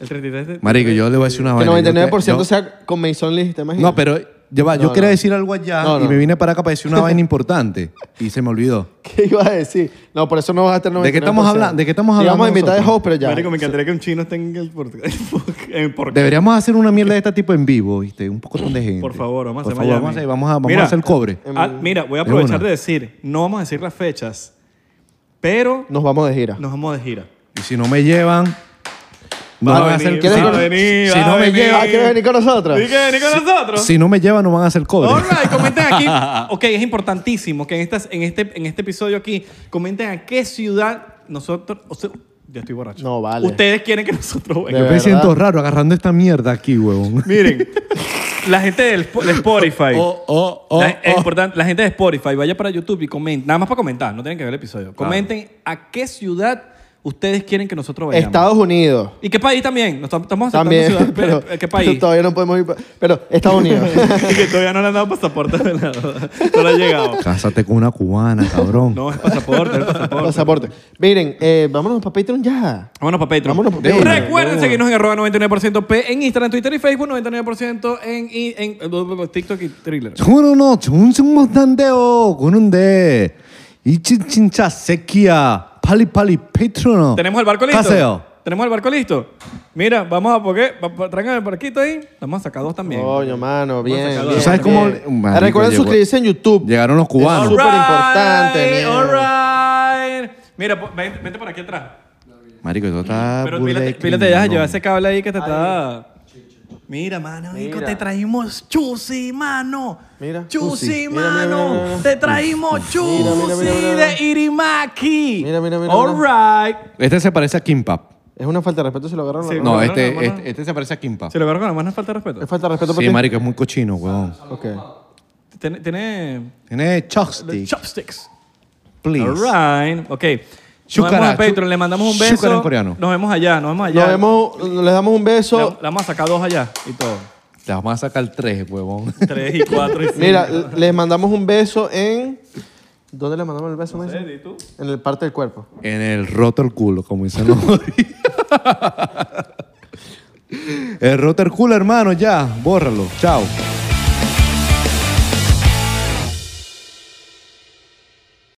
Speaker 1: El 33 es
Speaker 3: Marico, yo le voy a decir una
Speaker 2: Que
Speaker 3: vaina. Yo
Speaker 2: 99%
Speaker 3: que- yo-
Speaker 2: sea con Mason Lee, ¿te imaginas?
Speaker 1: Eh,
Speaker 3: No, pero ya va, yo
Speaker 2: No,
Speaker 3: quería
Speaker 2: no.
Speaker 3: decir algo allá
Speaker 2: No, no.
Speaker 3: y me vine para acá
Speaker 1: <laughs>
Speaker 3: para decir una vaina importante y se me olvidó.
Speaker 2: ¿Qué ibas a decir? No, por eso no vas a estar 99%.
Speaker 3: ¿De qué estamos hablando? ¿De qué estamos hablando
Speaker 2: Digamos en mitad de
Speaker 3: nosotros?
Speaker 2: host, pero ya.
Speaker 1: Marico, me encantaría que un chino esté en el por- <laughs> en por-
Speaker 3: Deberíamos hacer una mierda de este tipo en vivo, ¿viste? Un poco de gente.
Speaker 1: Por favor, vamos a
Speaker 3: Por
Speaker 1: hacer
Speaker 3: favor,
Speaker 1: Miami.
Speaker 3: vamos a, vamos a- vamos a
Speaker 1: Mira,
Speaker 3: hacer el cobre.
Speaker 1: ah, mira, voy a
Speaker 3: De
Speaker 1: aprovechar
Speaker 3: una.
Speaker 1: de decir, no vamos a decir las fechas, pero
Speaker 2: Nos vamos de gira.
Speaker 1: nos vamos de gira.
Speaker 3: Y si no me llevan, no
Speaker 1: Va a
Speaker 3: van a
Speaker 1: venir,
Speaker 3: hacer
Speaker 2: ¿quieres
Speaker 3: cobre.
Speaker 2: que-
Speaker 1: va a venir,
Speaker 3: si
Speaker 1: va
Speaker 3: no
Speaker 1: a
Speaker 3: me
Speaker 1: venir.
Speaker 3: llevan,
Speaker 2: Ah, ¿quieres venir con nosotros?
Speaker 1: ¿Y qué? ¿Ni con nosotros?
Speaker 3: si no me llevan, no van a hacer cobre. <laughs>
Speaker 1: All right, comenten aquí. Ok, es importantísimo que en, estas, en, este, en este episodio aquí comenten a qué ciudad nosotros... o sea, ya estoy borracho.
Speaker 2: No, vale.
Speaker 1: Ustedes quieren que nosotros...
Speaker 2: De
Speaker 3: Yo
Speaker 1: vengamos.
Speaker 3: me
Speaker 2: verdad.
Speaker 3: siento raro agarrando esta mierda aquí, huevón. <laughs>
Speaker 1: Miren, la gente del Sp- de Spotify...
Speaker 3: Oh, oh, oh,
Speaker 1: la, es <laughs>
Speaker 3: oh.
Speaker 1: importante, la gente de Spotify vaya para YouTube y comenten, nada más para comentar, no tienen que ver el episodio. Comenten a qué ciudad ustedes quieren que nosotros vayamos.
Speaker 2: Estados Unidos.
Speaker 1: ¿Y qué país también? Nos tam- estamos aceptando
Speaker 2: También.
Speaker 1: ciudad,
Speaker 2: <laughs> Pero,
Speaker 1: pero, ¿Qué país? <laughs>
Speaker 2: Todavía no podemos ir. pa- Pero Estados Unidos. <laughs>
Speaker 1: y que todavía no le han dado pasaporte. ¿verdad? <laughs> No le ha llegado.
Speaker 3: Cásate con una cubana, cabrón.
Speaker 1: No, es pasaporte, es pasaporte.
Speaker 2: Pasaporte. Miren, eh, vámonos para Patreon ya.
Speaker 1: Vámonos para Patreon.
Speaker 2: Vámonos pa' Patreon.
Speaker 1: Recuerden seguirnos en arroba 99% P en Instagram, Twitter y Facebook, 99% en, y- en, en TikTok y Thriller.
Speaker 3: 저는요 정승 못한대요 그런데 이 진- 진짜 새끼야 빨리빨리 페트로너
Speaker 1: ¿Tenemos el barco listo?
Speaker 3: 가세요
Speaker 1: ¿Tenemos el barco listo? Mira, vamos a... porque Traigan el barquito ahí. Vamos a sacar dos también.
Speaker 2: Coño, mano, bien.
Speaker 1: sacar
Speaker 2: bien,
Speaker 1: dos.
Speaker 3: ¿Sabes cómo-
Speaker 2: bien.
Speaker 3: Marico,
Speaker 2: Recuerden
Speaker 3: llegó-
Speaker 2: suscribirse en YouTube.
Speaker 3: llegaron los
Speaker 2: Es
Speaker 3: cubanos
Speaker 2: súper importante.
Speaker 1: All
Speaker 2: man.
Speaker 1: right. Mira, po- ven- vente por aquí atrás.
Speaker 3: marico eso está
Speaker 1: Pero
Speaker 3: burda
Speaker 1: pílate,
Speaker 3: de
Speaker 1: pílate ya,
Speaker 3: criminal.
Speaker 1: lleva ese cable ahí que te está... Mira, mano, hijo, te traímos chusi, mano.
Speaker 2: Mira.
Speaker 1: Chusi,
Speaker 2: Chusi. Mira, mira,
Speaker 1: mano.
Speaker 2: mira, mira.
Speaker 1: Te traímos chusi
Speaker 2: Mira, mira, mira, mira, mira.
Speaker 1: de Irimaki.
Speaker 2: Mira, mira, mira,
Speaker 1: All right.
Speaker 3: este se parece a Kimpap
Speaker 2: Es una falta de respeto si lo agarraron.
Speaker 1: Sí.
Speaker 2: la mano.
Speaker 3: no
Speaker 1: no,
Speaker 3: este,
Speaker 1: no, no.
Speaker 3: este este se parece a Kimpap
Speaker 1: Se lo agarro con la mano, falta de respeto.
Speaker 2: Es falta de respeto para
Speaker 3: sí
Speaker 2: ti.
Speaker 3: marico es muy cochino huevón
Speaker 2: Ok.
Speaker 1: Tiene, tiene
Speaker 3: tiene chopstick
Speaker 1: chopsticks.
Speaker 3: please
Speaker 1: All right. Ok. Nos
Speaker 3: Shukara,
Speaker 1: vemos en
Speaker 3: chu-
Speaker 1: Patreon, le mandamos un
Speaker 3: shukara
Speaker 1: beso.
Speaker 3: en coreano.
Speaker 1: Nos vemos allá, nos vemos allá.
Speaker 2: Nos vemos, les damos un
Speaker 1: Le,
Speaker 2: beso.
Speaker 1: le vamos a sacar dos allá y todo.
Speaker 3: te vamos a sacar tres huevón <laughs>
Speaker 1: Tres y cuatro y cinco.
Speaker 2: Mira, les mandamos un beso en. ¿Dónde le mandamos el beso, Mason?
Speaker 1: ¿Y tú?
Speaker 2: En el parte del cuerpo.
Speaker 3: en el roto el culo como dicen los <laughs> el roto el culo hermano ya bórralo chao